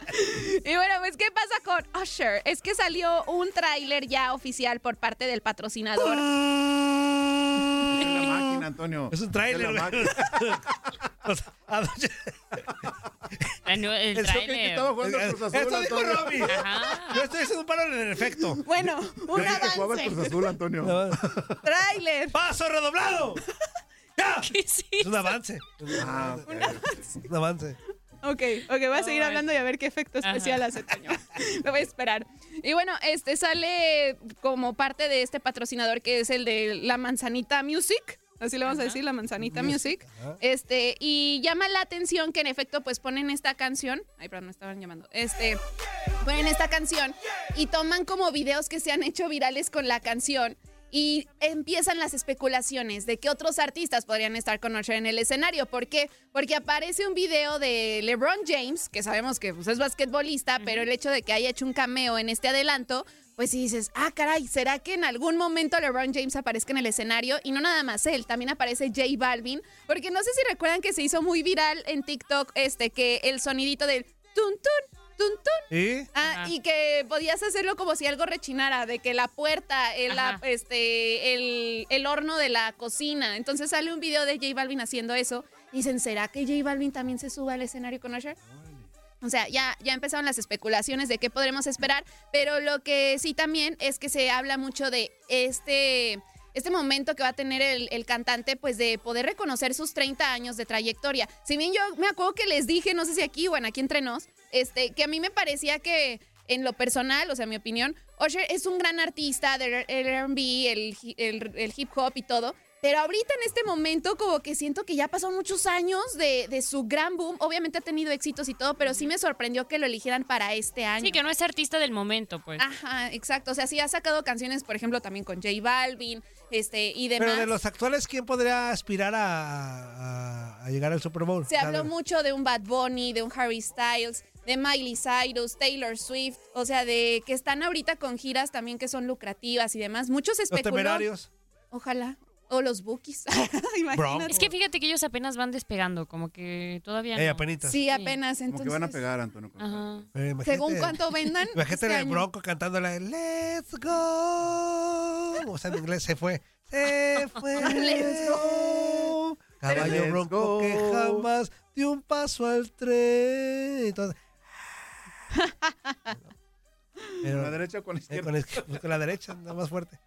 Y bueno, pues, ¿qué pasa con Usher? Es que salió un tráiler ya oficial por parte del patrocinador. Ah. [LAUGHS] Es la máquina, Antonio. Es un trailer, Es la güey. máquina. [LAUGHS] O sea, a Usher. La nu- Ah, El, El tráiler. Joker que Estaba jugando el Cruz Azul, Esto dijo Antonio. Robbie. Yo estoy haciendo un paro en el efecto. Bueno, Yo un dije que jugaba el Cruz avance. Azul, Antonio. Tráiler. [LAUGHS] ¡Paso redoblado! ¡Ya! Es Sí. un avance. Ah, ok. Un avance. Ok, ok, voy a seguir hablando y a ver qué efecto especial hace Toño. Lo voy a esperar. Y bueno, este sale como parte de este patrocinador que es el de la Manzanita Music. Así le vamos a decir, la Manzanita Music. Este, y llama la atención que en efecto, pues ponen esta canción. Ay, perdón, me estaban llamando. Este, ponen esta canción y toman como videos que se han hecho virales con la canción. Y empiezan las especulaciones de que otros artistas podrían estar con Usher en el escenario. ¿Por qué? Porque aparece un video de LeBron James, que sabemos que pues, es basquetbolista, pero el hecho de que haya hecho un cameo en este adelanto, pues si dices, ah, caray, ¿será que en algún momento LeBron James aparezca en el escenario? Y no nada más él, también aparece J Balvin. Porque no sé si recuerdan que se hizo muy viral en TikTok este, que el sonidito del tun, tun, tun, tun. ¿Y? Ah, Ajá. [LAUGHS] y que podías hacerlo como si algo rechinara, de que la puerta, el, la- Ajá. este, el, el horno de la cocina. Entonces sale un video de J Balvin haciendo eso. Y dicen, ¿será que J Balvin también se sube al escenario con Usher? O sea, ya, ya empezaron las especulaciones de qué podremos esperar, pero lo que sí también es que se habla mucho de este, este momento que va a tener el, el cantante, pues de poder reconocer sus 30 años de trayectoria. Si bien yo me acuerdo que les dije, no sé si aquí o en aquí entre nos, este, que a mí me parecía que en lo personal, o sea, mi opinión, Usher es un gran artista del R&B, el, hi- el- el hip hop y todo. Pero ahorita en este momento como que siento que ya pasó muchos años de, de su gran boom. Obviamente ha tenido éxitos y todo, pero sí me sorprendió que lo eligieran para este año. Sí, que no es artista del momento, pues. Ajá, exacto. O sea, sí ha sacado canciones, por ejemplo, también con J Balvin este, y demás. Pero de los actuales, ¿quién podría aspirar a, a- a llegar al Super Bowl? Se habló ¿Sabe? mucho de un Bad Bunny, de un Harry Styles, de Miley Cyrus, Taylor Swift, o sea, de que están ahorita con giras también que son lucrativas y demás. Muchos Los especulan. temerarios. Ojalá. O los bookies. [LAUGHS] Imagínate. Es que fíjate que ellos apenas van despegando, como que todavía. Eh, no. apenitas. Sí, apenas. Como que van a Entonces, pegar, Antonio. Ajá. Eh, imagínate- según cuánto vendan. [LAUGHS] Imagínate este el año. bronco cantando la de Let's Go. O sea, en inglés se fue. Se fue. [LAUGHS] Let's go. Caballo Let's bronco go. que jamás dio un paso al tren. Entonces, pero- ¿Con la derecha o con la eh, izquierda? con, el- con la derecha, nada más fuerte.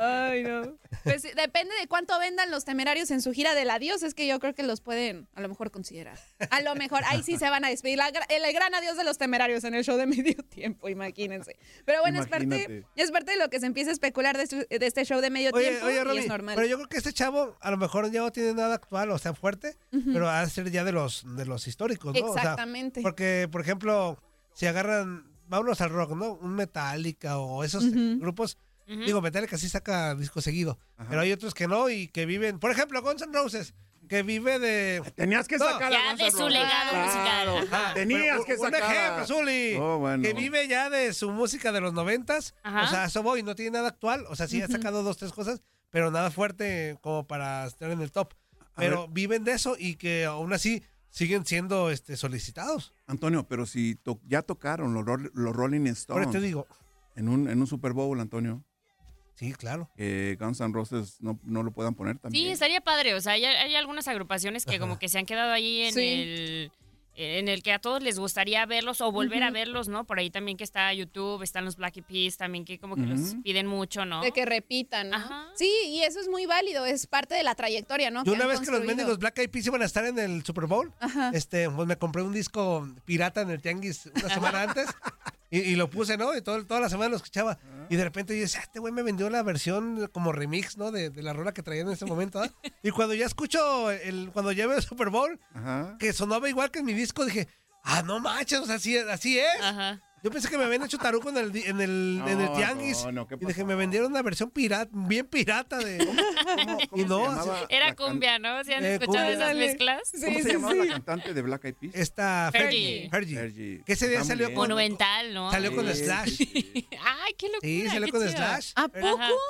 Ay, [LAUGHS] no. Pues sí, depende de cuánto vendan los temerarios en su gira del adiós. Es que yo creo que los pueden a lo mejor considerar. A lo mejor ahí sí se van a despedir. La gra- el gran adiós de los temerarios en el show de medio tiempo, imagínense. Pero bueno, es parte, Imagínate. es parte de lo que se empieza a especular de, este- de este show de medio Oye, tiempo. oye, y Romy, es normal. pero yo creo que este chavo a lo mejor ya no tiene nada actual, o sea, fuerte, Ujú. pero ha de ser ya de los, de los históricos, ¿no? O sea, Exactamente. porque, por ejemplo, si agarran, vámonos al rock, ¿no? Un Metallica o esos Ujú. grupos. Ujú. Digo, Metallica sí saca disco seguido, pero hay otros que no y que viven, por ejemplo, Guns N' Roses, que vive de... Tenías que sacar a Ya Guns N' de su Roses. legado Claro. musical. Ajá. Tenías que sacar Un a- ejemplo, Zuli, Oh, bueno. que vive ya de su música de los noventas, Ajá. o sea, a eso voy, no tiene nada actual, o sea, sí ha Ujú. sacado dos, tres cosas, pero nada fuerte como para estar en el top. Pero viven de eso y que aún así siguen siendo este, solicitados. Antonio, pero si to- ya tocaron los, Rol- los Rolling Stones. Ahora te digo. En un, en un Super Bowl, Antonio. Sí, claro. Que Guns N' Roses no, no lo puedan poner también. Sí, estaría padre. O sea, hay, hay algunas agrupaciones que como que se han quedado ahí en Sí. el en el que a todos les gustaría verlos o volver a Ujú. verlos, ¿no? Por ahí también que está YouTube, están los Black Eyed Peas también que como que Ujú. los piden mucho, ¿no? De que repitan. ¿no? Sí, y eso es muy válido. Es parte de la trayectoria, ¿no? Yo que una han vez que los construido. mendigos Black Eyed Peas iban a estar en el Super Bowl, este, pues me compré un disco pirata en el Tianguis una semana antes y, y lo puse, ¿no? Y todo, toda la semana lo escuchaba. Y de repente yo decía, "Ah, este güey me vendió la versión como remix, ¿no? De, de la rola que traían en ese momento. ¿ah?" Y cuando ya escucho, el, cuando ya veo el Super Bowl, que sonaba igual que en mi disco, dije, ah, no manches, o sea, así, es- así es. Yo pensé que me habían hecho taruco en el, di- en el, en el No, Tianguis. no, no, ¿qué y dije, me vendieron una versión pirata, bien pirata de... [LAUGHS] y no, así- Era cumbia, ¿no? ¿Se han Eh, escuchado cumbia. esas Ándale. mezclas? ¿Cómo se llamaba la cantante de Black Eyed Peas? Esta Fergie. Fergie. Que ese día Está muy salió bien. con- Monumental, ¿no? Salió con Sí. Slash. [LAUGHS] Ay, qué locura. Sí, salió qué con chido. Slash.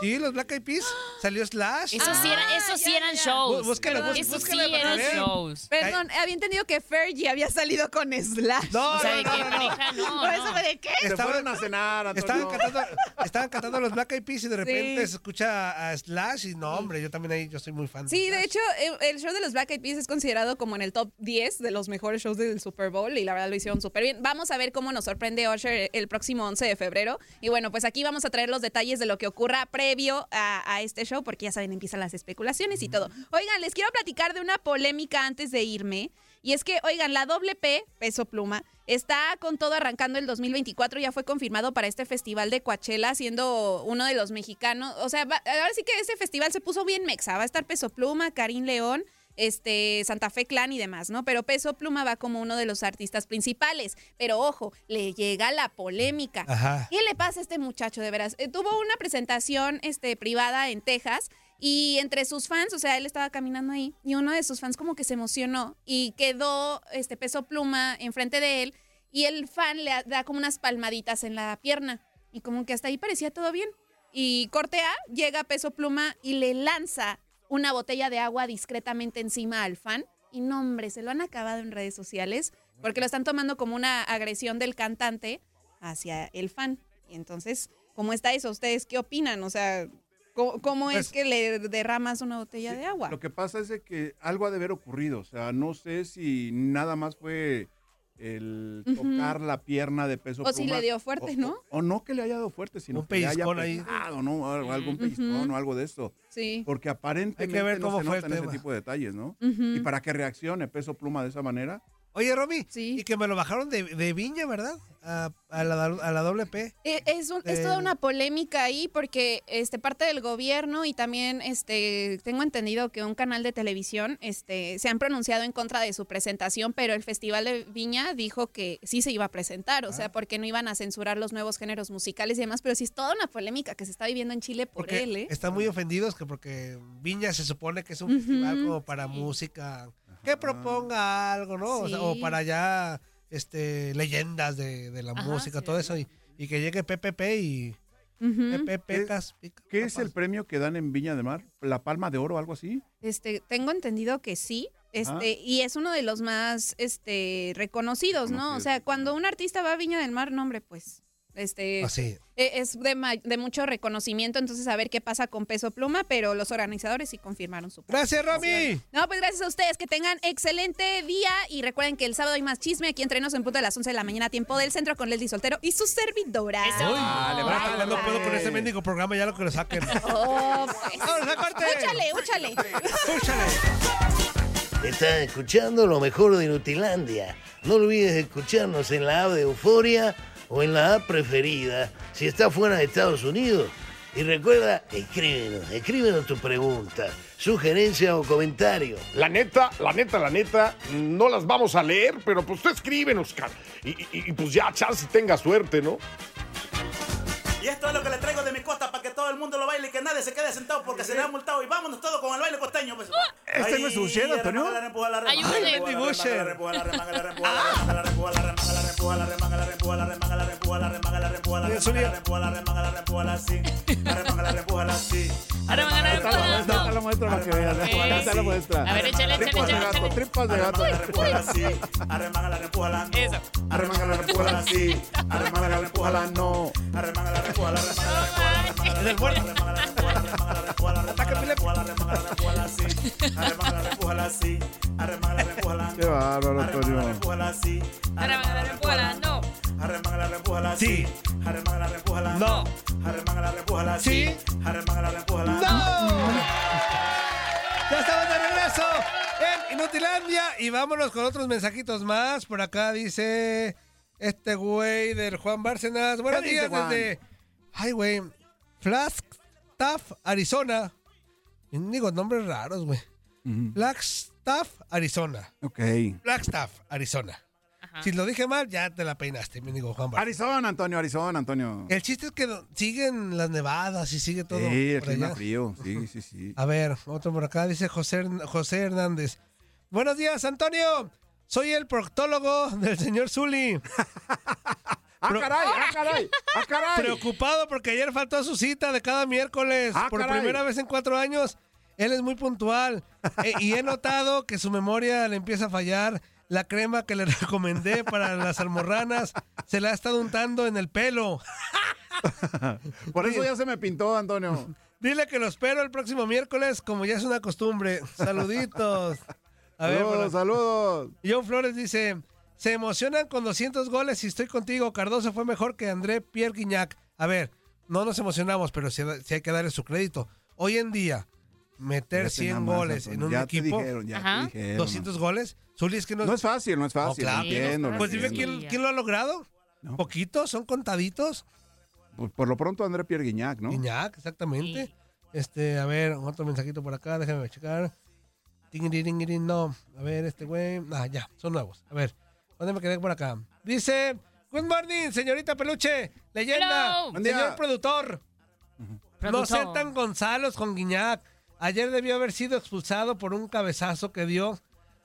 Sí, los Black Eyed Peas. Salió Slash. Eso sí era, eso sí eran Bú- shows. búscalo, bú- Eso sí búscalo para eran ver. shows. Perdón, había entendido que Fergie había salido con Slash. No, O sea, de no, que no, no. pareja, no, Por no. eso me de qué. Se Estaban- fueron a cenar, Estaban cantando, estaban cantando los Black Eyed Peas y de repente Sí. se escucha a Slash y no, hombre, yo también ahí, yo soy muy fan. Sí, de hecho, eh, el show de los Black Eyed Peas es considerado como en el top 10 de los mejores shows del Super Bowl y la verdad lo hicieron súper bien. Vamos a ver cómo nos sorprende Usher el próximo 11 de febrero. Y bueno, pues aquí vamos a traer los detalles de lo que ocurra previo a, a este show, porque ya saben, empiezan las especulaciones y todo. Oigan, les quiero platicar de una polémica antes de irme. Y es que, oigan, la doble P, peso pluma, está con todo arrancando el 2024, ya fue confirmado para este festival de Coachella, siendo uno de los mexicanos. O sea, va- ahora sí que ese festival se puso bien mexa, va a estar peso pluma, Karim León. Este, Santa Fe Clan y demás, ¿no? Pero Peso Pluma va como uno de los artistas principales. Pero ojo, le llega la polémica. Ajá. ¿Qué le pasa a este muchacho de veras? Eh, tuvo una presentación este, privada en Texas y entre sus fans, o sea, él estaba caminando ahí y uno de sus fans como que se emocionó y quedó este peso pluma enfrente de él y el fan le da- da como unas palmaditas en la pierna y como que hasta ahí parecía todo bien. Y corte A, llega peso pluma y le lanza una botella de agua discretamente encima al fan y no hombre, se lo han acabado en redes sociales porque lo están tomando como una agresión del cantante hacia el fan. Y entonces, ¿cómo está eso? ¿Ustedes qué opinan? O sea, ¿cómo, cómo es Pues- que le derramas una botella de agua? Lo que pasa es de que algo ha de haber ocurrido. O sea, no sé si nada más fue el Ujú. tocar la pierna de peso O si pluma, le dio fuerte, o- ¿no? O, o no que le haya dado fuerte, sino Un que le haya pellizcón ahí. pegado, ¿no? O algo- algún Ujú. pellizcón o algo de eso. Sí. Porque aparentemente Hay que ver no cómo se fue el notan ese tema. tipo de detalles, ¿no? Ujú. Y para que reaccione peso pluma de esa manera. Oye, Romy, y que me lo bajaron de, de Viña, ¿verdad? A, a la, a la doble P. Eh, Es, un- es toda Eh, una polémica ahí porque este, parte del gobierno y también este, tengo entendido que un canal de televisión este, se han pronunciado en contra de su presentación, pero el Festival de Viña dijo que sí se iba a presentar, o Ah. sea, porque no iban a censurar los nuevos géneros musicales y demás, pero sí es toda una polémica que se está viviendo en Chile por Porque él, ¿eh? están Ah. muy ofendidos que porque Viña se supone que es un festival como para música que proponga algo, ¿no? O, sea, o Sí. para ya este, leyendas de, de la Ajá, música, todo eso. Y, y que llegue PPP y Pepe, pecas, pica, ¿Qué es el premio que dan en Viña de Mar? ¿La Palma de Oro o algo así? Este, tengo entendido que sí. Este, Ajá. y es uno de los más este reconocidos, ¿no? O sea, cuando un artista va a Viña del Mar, no, hombre, pues este Así. e- es de, ma- de mucho reconocimiento, entonces a ver qué pasa con Peso Pluma, pero los organizadores sí confirmaron su Gracias, Romy. No, pues gracias a ustedes, que tengan excelente día y recuerden que el sábado hay más chisme aquí entre nos en punto de las 11 de la mañana, tiempo del centro con Leslie Soltero y su servidora. Uy, le van a estar dando pedo con ese mendigo programa, ya lo que lo saquen. Oh, pues. ¡Vamos a corte! Úchale, úchale. Estás escuchando lo mejor de Nutilandia. No olvides escucharnos en la app de Euforia o en la app preferida si estás fuera de Estados Unidos. Y recuerda, escríbenos, escríbenos tu pregunta, sugerencia o comentario. La neta, la neta, la neta, no las vamos a leer, pero pues tú escríbenos, cara. Y, y- y pues ya, chance tenga suerte, ¿no? Y esto es lo que le traigo de mi costa para que todo el mundo lo baile y que nadie se quede sentado porque se le ha multado. Y vámonos todos con el baile costeño. Pues. [LAUGHS] Este no es su Ay, Shell, Antonio. arremanga, la reempuja, la reempuja, Ayúdale. la reempuja, la Andy Busher. reempuja, la reempuja, la reempuja, la reempuja, la reempuja, la reempuja, la reempuja, la reempuja, la reempuja, la reempuja, la reempuja, la reempuja, la reempuja, la reempuja, la reempuja, la así. La reempuja, la reempuja, la así. Arremanga, la reempuja, la así. la muestra para que veas. Ahí está la muestra. A ver, échale, échale, Tripas de échale, gato, échale. tripas de gato. Arremanga, la reempuja, la no. Arremanga, la reempuja, la así. Arremanga, la reempuja, la no. Arremanga, la reempuja, la reempuja, la reempuja, la reempuja, la reempuja, la reempuja, la reempuja, la reempuja, la reempuja, la reempuja, la reempuja, la reempuja, la así. Arremanga, la reempuja, la así. Arremanga, la reempuja, la no. Qué bárbaro, Arremanga, Antonio. la reempuja, la así. Arremanga, la reempuja, la no. Arremanga, la reempuja, la sí. Arremanga, la reempuja, la no. Arremanga, la reempuja, la sí. Arremanga, la reempuja, la Ya estamos de regreso en Inutilandia y vámonos con otros mensajitos más. Por acá dice este güey del Juan Bárcenas. Buenos ¿Qué dice, días Juan? desde... Ay, güey. Flagstaff, Arizona. Digo, nombres raros, güey. Flagstaff, Arizona. Ok. Flagstaff, Arizona. Si lo dije mal, ya te la peinaste, me digo Juan Bárcenas. Arizona, Antonio, Arizona, Antonio. El chiste es que do- siguen las nevadas y sigue todo. Sí, el por clima allá. frío. Sí, sí, sí. A ver, otro por acá dice José, Hern- José Hernández. Buenos días, Antonio. Soy el proctólogo del señor Zuli. [LAUGHS] ¡Ah, caray! ¡Ah, caray! ¡Ah, caray! Preocupado porque ayer faltó a su cita de cada miércoles. Ah, por caray. primera vez en cuatro años, él es muy puntual. E- y he notado que su memoria le empieza a fallar. La crema que le [LAUGHS] recomendé para las almorranas se la ha estado untando en el pelo. Pues Por eso ya se me pintó, Antonio. [LAUGHS] Dile que lo espero el próximo miércoles, como ya es una costumbre. Saluditos. A ver, Saludos, bueno. saludos. John Flores dice, se emocionan con 200 goles y estoy contigo. Cardoso fue mejor que André Pierre Guignac. A ver, no nos emocionamos, pero sí, sí hay que darle su crédito. Hoy en día, meter Fíjate 100 nada más, goles Antonio, en un ya te equipo, dijeron, ya te Ajá. dijeron. 200 goles, Zuli, es que no, No es fácil, no es No, fácil. claro. entiendo, lo Pues dime entiendo. quién, quién lo ha logrado. Poquitos, son contaditos. Por, Pues, por lo pronto, André Pierre Guiñac, ¿no? Guiñac, exactamente. Este, a ver, otro mensajito por acá, déjame checar. Tingiringirin, no. A ver, este güey. Ah, ya, son nuevos. A ver, ¿dónde me quedé por acá? Dice, Good morning, señorita Peluche, leyenda, Hello. Buen día. señor productor. No Productor. sean tan Gonzalos con Guiñac. Ayer debió haber sido expulsado por un cabezazo que dio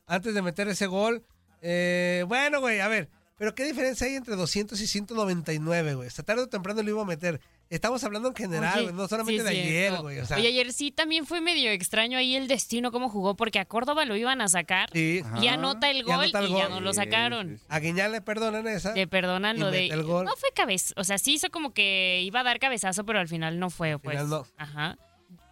antes de meter ese gol. Eh, bueno, güey, a ver. Pero ¿qué diferencia hay entre 200 y 199, güey? Hasta tarde o temprano lo iba a meter. Estamos hablando en general, Oye, güey, no solamente sí es de ayer, cierto. güey. O sea, Oye, ayer sí también fue medio extraño ahí el destino, cómo jugó, porque a Córdoba lo iban a sacar Sí. y anota el Y gol y, anota el ya gol. no lo Sí, sacaron. a Guiñac le perdonan esa. Le perdonan Y lo de. mete el gol. No fue cabeza. O sea, sí hizo como que iba a dar cabezazo, pero al final no fue, pues. final no. Ajá.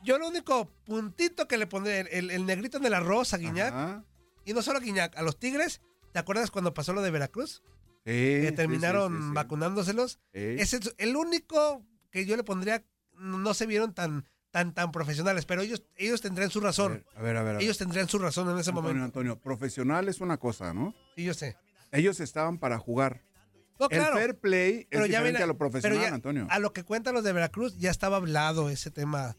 Yo lo único puntito que le pondré, el, el- el negrito en el arroz a Guiñac, y no solo a Guiñac, a los Tigres, ¿te acuerdas cuando pasó lo de Veracruz? que terminaron vacunándoselos. Sí. Ese Es el único que yo le pondría, no no se vieron tan, tan, tan profesionales, pero ellos, ellos tendrían su razón. A ver, a ver. a ver. Ellos tendrían su razón en ese Antonio, momento. Antonio, profesional es una cosa, ¿no? Sí, yo sé. Ellos estaban para jugar. No, El claro. fair play es ya diferente ven- a lo profesional, pero ya- Ah, Antonio. A lo que cuentan los de Veracruz, ya estaba hablado ese tema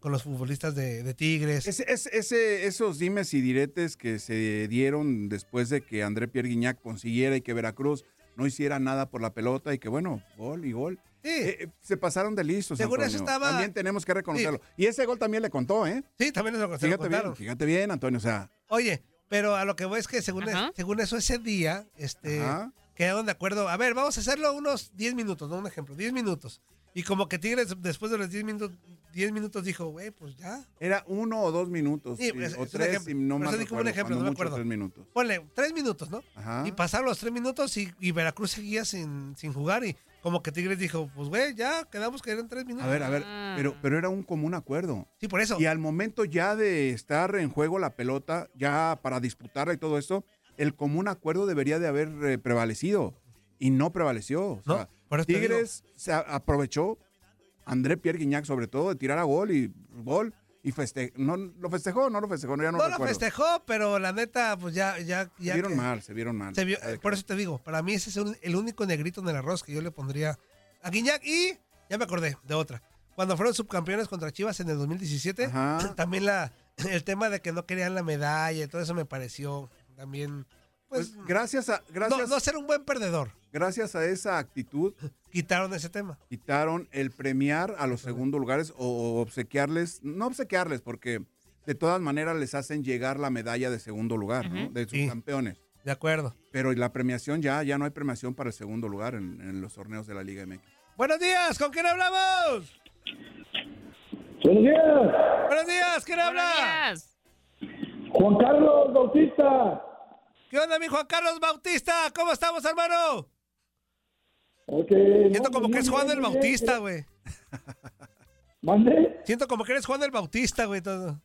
con los futbolistas de, de Tigres. Ese- ese- ese- esos dimes y diretes que se dieron después de que André Pierre Guiñac consiguiera y que Veracruz no hiciera nada por la pelota y que, bueno, gol y gol. Eh, eh, se pasaron de listos. Según eso Antonio. estaba- También tenemos que reconocerlo. Y ese gol también le contó, ¿eh? Sí, también se lo, se lo Fíjate bien, contaron. fíjate bien, Antonio. O sea, Oye, pero a lo que voy es que según, es- según eso, ese día, este, Ajá. quedaron de acuerdo. A ver, vamos a hacerlo unos 10 minutos, ¿no? Un ejemplo, 10 minutos. Y como que Tigres después de los 10 minutos, 10 minutos dijo, güey, pues ya. Era uno o dos minutos. Sí, sí, pues, o es un tres, ejemplo. y no Por más eso di como un recuerdo, ejemplo, cuando no me mucho acuerdo. tres minutos. Ponle, tres minutos, ¿no? Ajá. Y pasaron los tres minutos y, y Veracruz seguía sin, sin jugar. Y como que Tigres dijo, pues güey, ya quedamos que eran tres minutos. A ver, a ver, pero, pero era un común acuerdo. ah. Sí, por eso. Y al momento ya de estar en juego la pelota, ya para disputarla y todo esto, el común acuerdo debería de haber eh, prevalecido. Y no prevaleció. O sea, por eso te Tigres se a- aprovechó, André Pierre Guignac sobre todo, de tirar a gol y gol. Y feste no, ¿Lo festejó o no lo festejó? No, ya no, No, lo recuerdo. festejó, pero la neta, pues ya, ya, Se ya. vieron que- mal, se vieron mal. se vio- por eso te digo, para mí ese es un- el único negrito en el arroz que yo le pondría a Guiñac. Y ya me acordé de otra. Cuando fueron subcampeones contra Chivas en el 2017, [CLEARS THROAT] también la, el tema de que no querían la medalla y todo eso me pareció también. Pues, gracias a. Gracias. No, no ser un buen perdedor. Gracias a esa actitud. Quitaron ese tema. Quitaron el premiar a los segundos lugares o, o obsequiarles. No obsequiarles, porque de todas maneras les hacen llegar la medalla de segundo lugar, ¿no? Ujú. De sus Sí. campeones. De acuerdo. Pero la premiación ya, ya no hay premiación para el segundo lugar en, en los torneos de la Liga MX. Buenos días, ¿con quién hablamos? Buenos días, Buenos días, ¿quién habla? Juan Carlos Bautista. ¿Qué onda, mi Juan Carlos Bautista? ¿Cómo estamos, hermano? Siento Siento como que es Juan el Bautista, güey. ¿Mande? Siento como que eres Juan el Bautista, güey. [LAUGHS] todo.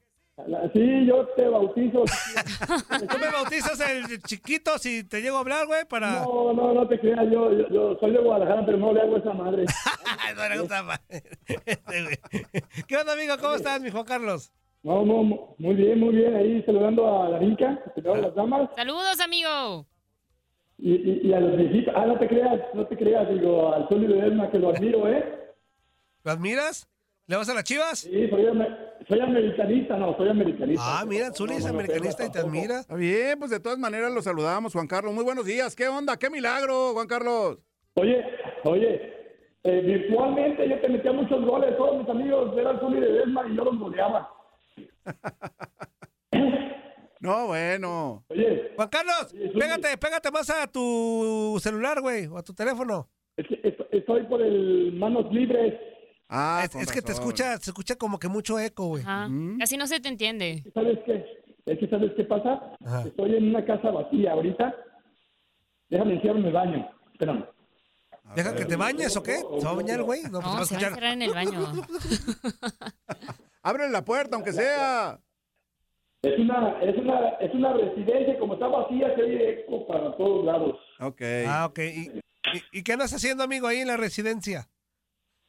La- Sí, yo te bautizo. Tú me bautizas el chiquito si te llego a hablar, güey, para... No, no, no te creas, yo, yo, yo soy de Guadalajara, pero no le hago esa madre. [LAUGHS] Ay, no le gusta más. [LAUGHS] ¿Qué onda, amigo? ¿Cómo estás, mi Juan Carlos? No, no, mu- muy bien, muy bien, ahí saludando a la Inca, a Ah. las damas, Saludos, amigo. y, y, y a los viejitos. Ah, no te creas, no te creas, digo, al Tony Ledesma, que lo admiro, ¿eh? ¿Lo admiras? ¿Le vas a las chivas? Sí, soy, ame- soy americanista, no, soy americanista. Ah, mira, Zuli es americanista y te admira. Está bien, pues de todas maneras los saludamos, Juan Carlos. Muy buenos días, ¿qué onda? ¡Qué milagro, Juan Carlos! Oye, oye, eh, virtualmente yo te metía muchos goles, todos mis amigos eran Zuli de Desma y yo los goleaba. No, bueno. Oye. Juan Carlos, pégate, pégate más a tu celular, güey, o a tu teléfono. Estoy por el manos libres. Ah, es, es que te escucha, se escucha como que mucho eco, güey. Ajá. Ah, Casi no se te entiende. ¿Sabes qué? Es que ¿sabes qué pasa? Estoy en una casa vacía ahorita. Déjame encierro el baño. Espérame. Deja que te bañes o qué? ¿Se va a bañar, güey? No, pues te va a se va a escuchar. encerrar en el baño. [LAUGHS] Abre la puerta, aunque sea. Es una, es una, es una residencia, como está vacía, se oye eco para todos lados. Ok. Ah, ok. ¿Y, y- y qué andas haciendo, amigo, ahí en la residencia?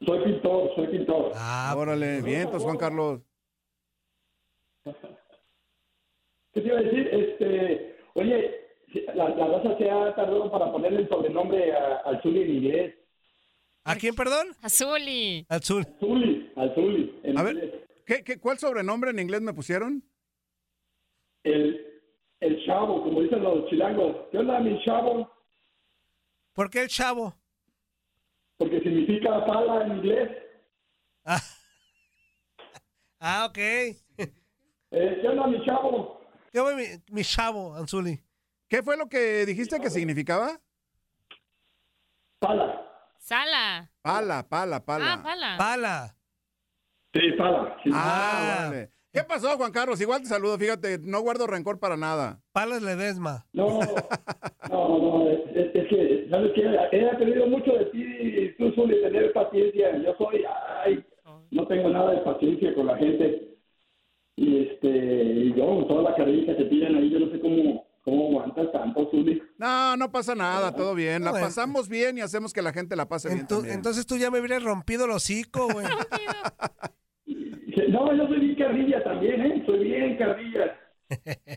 Soy pintor, soy pintor. Ah, órale, vientos, Juan Carlos. ¿Qué te iba a decir? Este, oye, la, la raza se ha tardado para ponerle el sobrenombre a- al Zuli en inglés. ¿A quién, perdón? Azuli. Al Zuli. Al Zuli. en A inglés. ver, ¿qué, qué, cuál sobrenombre en inglés me pusieron? El, el chavo, como dicen los chilangos. ¿Qué onda, mi chavo? ¿Por qué el chavo? Porque significa pala en inglés. [LAUGHS] Ah, ok. Eh, ¿Qué onda, mi chavo? ¿Qué onda, mi, mi chavo, Anzuli? ¿Qué fue lo que dijiste que significaba? Pala. Sala. Pala, pala, pala. Ah, pala. Pala. Sí, pala. Ah, órale. ¿Qué pasó, Juan Carlos? Igual te saludo, fíjate, no guardo rencor para nada. Palas Ledesma. No, no, no, es, es- es que, ¿sabes qué? He aprendido mucho de ti, tú sueles tener paciencia. Yo soy, ay, no tengo nada de paciencia con la gente. Y este, y yo, toda la carrerita que tiran ahí, yo no sé cómo, cómo aguantas tanto, Zuli. [LAUGHS] No, no pasa nada, todo bien. La Bueno. pasamos bien y hacemos que la gente la pase bien. Tú- también. eh. entonces tú ya me hubieras rompido el hocico, güey. No, yo soy bien carrilla también, ¿eh? Soy bien [LAUGHS] carrilla.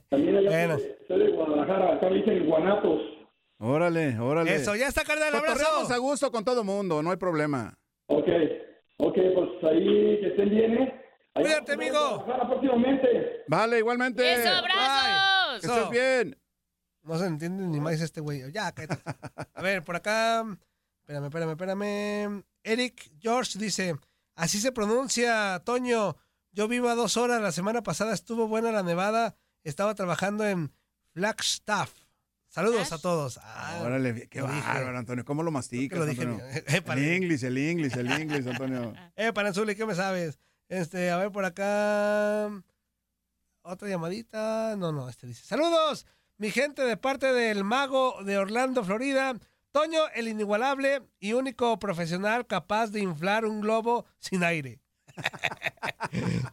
También allá soy, soy de Guadalajara, acá me dicen guanatos. [LAUGHS] Órale, órale. Eso, ya está, carnal, abrazo. Cotorreamos a gusto con todo mundo, no hay problema. Ok, ok, pues ahí que estén bien, ¿eh? Cuídate, amigo. próximamente. Vale, igualmente. Eso, abrazos. Que estés Eso. bien. No se entiende ni más este güey. Ya, [LAUGHS] cállate. A ver, por acá. Espérame, espérame, espérame. Eric George dice: Así se pronuncia, Toño. Yo vivo a dos horas. La semana pasada estuvo buena la nevada. Estaba trabajando en Flagstaff. Saludos a todos. Ah, Órale, qué lo dije. bárbaro, Antonio. ¿Cómo lo masticas, Creo que lo dije [LAUGHS] Antonio? bien. El inglés, el [LAUGHS] inglés, el inglés, Antonio. Eh, Panzuli, ¿qué me sabes? Este, a ver por acá. Otra llamadita. No, no, este dice. Saludos, mi gente, de parte del mago de Orlando, Florida. Toño, el inigualable y único profesional capaz de inflar un globo sin aire. [LAUGHS]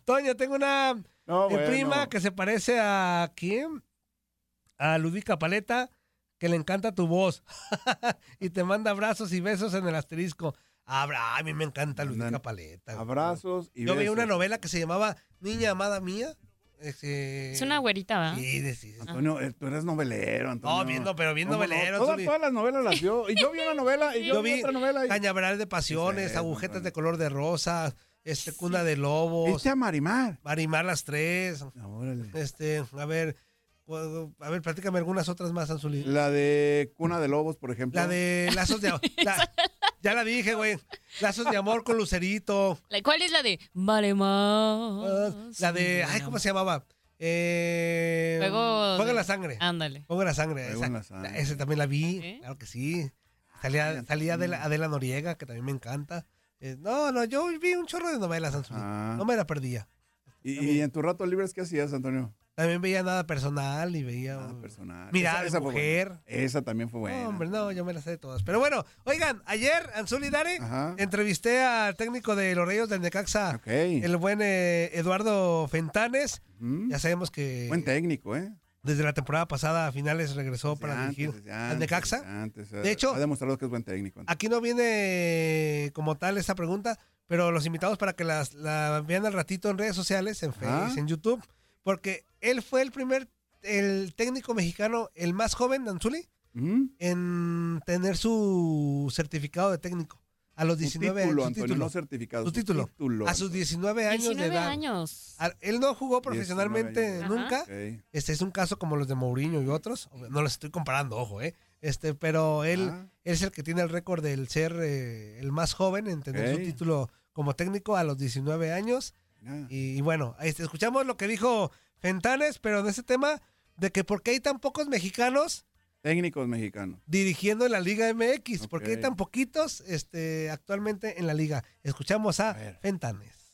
Toño, tengo una mi Ah, bueno. prima que se parece a quién? A Ludica Paleta, que le encanta tu voz. [LAUGHS] y te manda abrazos y besos en el asterisco. Abra, a mí me encanta Ludica Paleta. Abrazos y Yo vi una besos. novela que se llamaba Niña Amada Mía. Este, Es una güerita, ¿verdad? Sí, sí, sí. Antonio, eh, tú eres novelero, Antonio. No, bien, no, pero bien ¿Cómo no? novelero. Todas, todas las novelas las vio. Y yo vi una novela y yo, vi, otra novela. y- Cañaveral de Pasiones, Agujetas de Color de Rosa, este, Cuna de Lobos. Viste a Marimar. Marimar las tres. Ah, Este, a ver, puedo- a ver, platícame algunas otras más, Anzuli. La de Cuna de Lobos, por ejemplo. La de lazos [LAUGHS] de amor. ya la dije, güey. Lazos de amor con Lucerito. La- ¿Cuál es la de Vale más? La de. Ay, ¿cómo se llamaba? Eh, Juego Juego en de- la sangre. Ándale. Juego en la sangre. Juego esa. en la sangre. La- Esa también la vi. Claro que sí. Salía, salía Adela, Adela Noriega, que también me encanta. Eh, no, no, yo vi un chorro de novelas, Anzuli. Ah. No me la perdía. ¿Y, y en tus ratos libres qué hacías, Antonio? También veía nada personal y veía. Personal. Mirada de fue mujer. buena. Esa también fue No, buena. hombre, no, yo me las sé de todas. Pero bueno, oigan, ayer Anzuli Dare Ajá. entrevisté al técnico de los Reyes del Necaxa, el buen eh, Eduardo Fentanes. Ya sabemos que. Buen técnico, ¿eh? Desde la temporada pasada a finales regresó para dirigir desde al Necaxa. desde antes, ha- De hecho- Ha demostrado que es buen técnico. Aquí no viene como tal esta pregunta, pero los invitamos para que las, la vean al ratito en redes sociales, en Ajá. Facebook, en YouTube, porque él fue el primer, el técnico mexicano, el más joven, Anzuli, en tener su certificado de técnico. A los 19 título, su Antonio, no certificado, Su su título. título, A sus 19 años 19 de edad. años. A- Él no jugó profesionalmente años. nunca. Ajá. Ok. Este es un caso como los de Mourinho y otros. Obvio, No los estoy comparando, ojo, ¿eh? Este, pero él Ah. es el que tiene el récord del ser eh, el más joven en tener Ok. su título como técnico a los 19 años. Ah. Y, y bueno, este, escuchamos lo que dijo Fentanes, pero en ese tema de que por qué hay tan pocos mexicanos Técnicos mexicanos. dirigiendo en la Liga MX, por qué hay Ok. tan poquitos este, actualmente en la liga. Escuchamos a, Fentanes.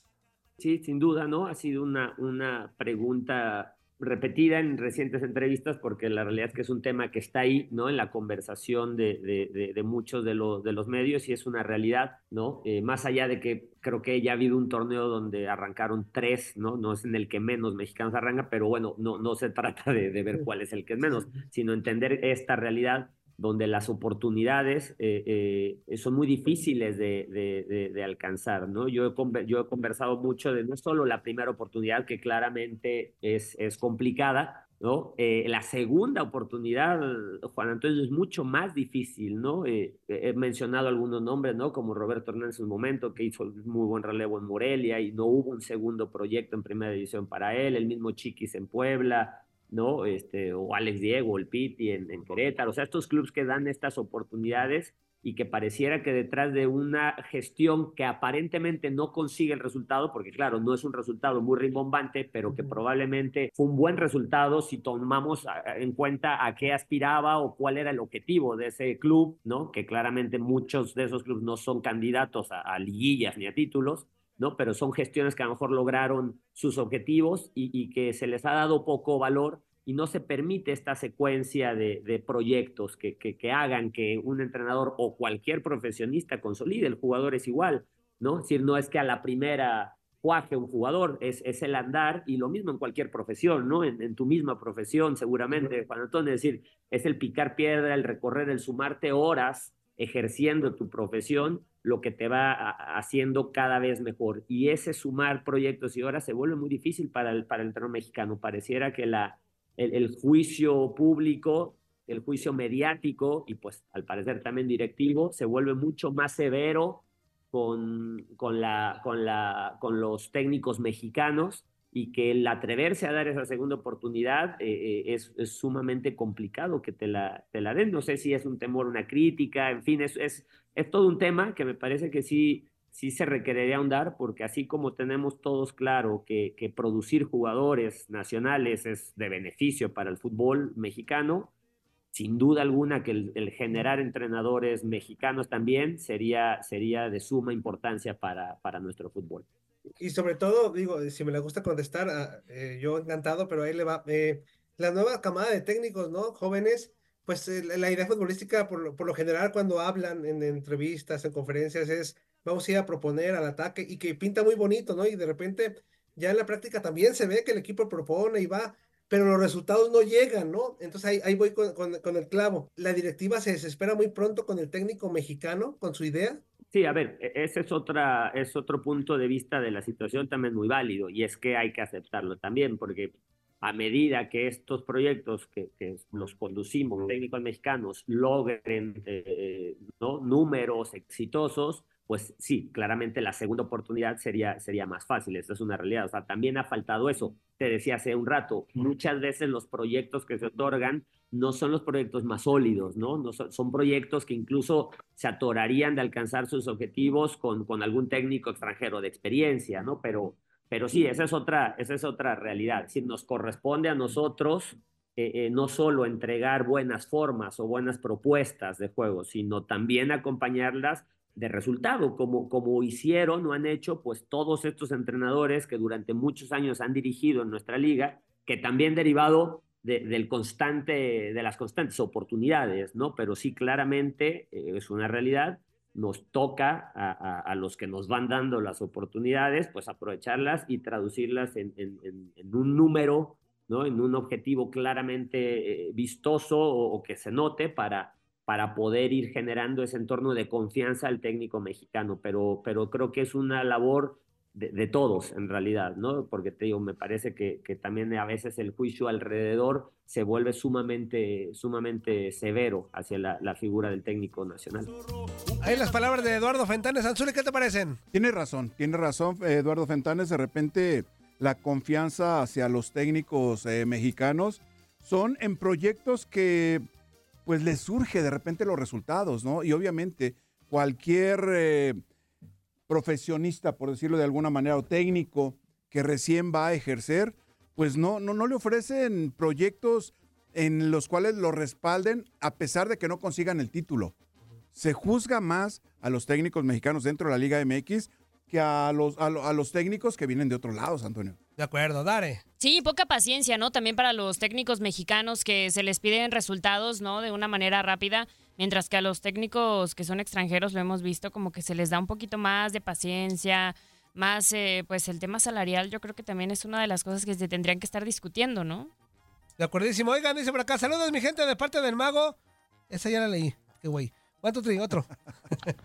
Sí, sin duda, ¿no? Ha sido una, una pregunta repetida en recientes entrevistas porque la realidad es que es un tema que está ahí, ¿no? En la conversación de, de- de- de muchos de los, de los medios y es una realidad, ¿no? Eh, más allá de que creo que ya ha habido un torneo donde arrancaron tres, ¿no? No es en el que menos mexicanos arranca, pero bueno, no, no se [LAUGHS] trata de, de ver cuál es el que es menos, sino entender esta realidad donde las oportunidades eh, eh, son muy difíciles de, de- de- de alcanzar, ¿no? Yo he, conver- yo he conversado mucho de no solo la primera oportunidad, que claramente es, es complicada, ¿no? Eh, la segunda oportunidad, Juan Antonio, es mucho más difícil, ¿no? Eh, he he mencionado algunos nombres, ¿no? Como Roberto Hernández en un momento, que hizo muy buen relevo en Morelia y no hubo un segundo proyecto en primera división para él, el mismo Chiquis en Puebla, ¿no? Este, o Alex Diego, el Piti en, en Querétaro, o sea, estos clubes que dan estas oportunidades y que pareciera que detrás de una gestión que aparentemente no consigue el resultado, porque claro, no es un resultado muy rimbombante, pero que probablemente fue un buen resultado si tomamos a- a- en cuenta a qué aspiraba o cuál era el objetivo de ese club, ¿no? Que claramente muchos de esos clubes no son candidatos a- a liguillas ni a títulos, ¿no? Pero son gestiones que a lo mejor lograron sus objetivos y, y que se les ha dado poco valor y no se permite esta secuencia de, de proyectos que, que- que hagan que un entrenador o cualquier profesionista consolide. El jugador es igual, ¿no? Es decir, no es que a la primera cuaje un jugador, es, es el andar y lo mismo en cualquier profesión, ¿no? En, en tu misma profesión seguramente, Juan Antonio, es decir, es el picar piedra, el recorrer, el sumarte horas ejerciendo tu profesión lo que te va a- haciendo cada vez mejor. Y ese sumar proyectos y horas se vuelve muy difícil para el, para el entrenador mexicano. Pareciera que la, el, el juicio público, el juicio mediático y pues al parecer también directivo se vuelve mucho más severo con, con, la, con, la, con los técnicos mexicanos y que el atreverse a dar esa segunda oportunidad eh, eh, es, es sumamente complicado que te la, te la den. No sé si es un temor, una crítica, en fin, es, es, es todo un tema que me parece que sí, sí se requeriría ahondar porque así como tenemos todos claro que, que producir jugadores nacionales es de beneficio para el fútbol mexicano, sin duda alguna que el, el generar entrenadores mexicanos también sería, sería de suma importancia para, para nuestro fútbol. Y sobre todo, digo, si me le gusta contestar, ah, eh, yo encantado, pero ahí le va. eh, la nueva camada de técnicos, ¿no? Jóvenes, pues eh, la la idea futbolística, por lo, por lo general, cuando hablan en entrevistas, en conferencias, es vamos a ir a proponer al ataque y que pinta muy bonito, ¿no? Y de repente, ya en la práctica también se ve que el equipo propone y va, pero los resultados no llegan, ¿no? Entonces ahí, ahí voy con, con- con el clavo. La directiva se desespera muy pronto con el técnico mexicano, con su idea. Sí, a ver, e- ese es otra, es otro punto de vista de la situación también muy válido, y es que hay que aceptarlo también, porque a medida que estos proyectos que, que los conducimos, técnicos mexicanos, logren eh, eh, ¿no? números exitosos, pues sí, claramente la segunda oportunidad sería, sería más fácil, esa es una realidad. O sea, también ha faltado eso. Te decía hace un rato, muchas veces los proyectos que se otorgan no son los proyectos más sólidos, ¿no? no son, son proyectos que incluso se atorarían de alcanzar sus objetivos con, con algún técnico extranjero de experiencia, ¿no? Pero, pero sí, esa es otra, esa es otra realidad. Si nos corresponde a nosotros eh, eh, no solo entregar buenas formas o buenas propuestas de juego, sino también acompañarlas de resultado, como, como hicieron o han hecho pues todos estos entrenadores que durante muchos años han dirigido en nuestra liga, que también derivado de, del constante, de las constantes oportunidades, ¿no? Pero sí, claramente eh, es una realidad, nos toca a, a- a los que nos van dando las oportunidades, pues aprovecharlas y traducirlas en, en- en- en un número, ¿no? En un objetivo claramente eh, vistoso o, o que se note para, para poder ir generando ese entorno de confianza al técnico mexicano. Pero, pero creo que es una labor de, de todos en realidad, ¿no? Porque te digo, me parece que, que también a veces el juicio alrededor se vuelve sumamente, sumamente severo hacia la, la figura del técnico nacional. Ahí las palabras de Eduardo Fentanes. Anzuli, ¿qué te parecen? Tiene razón, tiene razón eh, Eduardo Fentanes. De repente la confianza hacia los técnicos eh, mexicanos son en proyectos que pues les surge de repente los resultados, ¿no? Y obviamente cualquier eh, profesionista, por decirlo de alguna manera, o técnico que recién va a ejercer, pues no, no, no le ofrecen proyectos en los cuales lo respalden a pesar de que no consigan el título se juzga más a los técnicos mexicanos dentro de la Liga MX que a los, a lo- a los técnicos que vienen de otros lados, Antonio. De acuerdo, Dare. Sí, poca paciencia, ¿no? También para los técnicos mexicanos que se les piden resultados, ¿no? De una manera rápida, mientras que a los técnicos que son extranjeros lo hemos visto como que se les da un poquito más de paciencia, más, eh, pues el tema salarial yo creo que también es una de las cosas que se tendrían que estar discutiendo, ¿no? De acuerdísimo. Oigan, dice por acá, saludos mi gente de parte del mago. Esa ya la leí. Qué güey. ¿Cuánto te [LAUGHS] otro? Hola,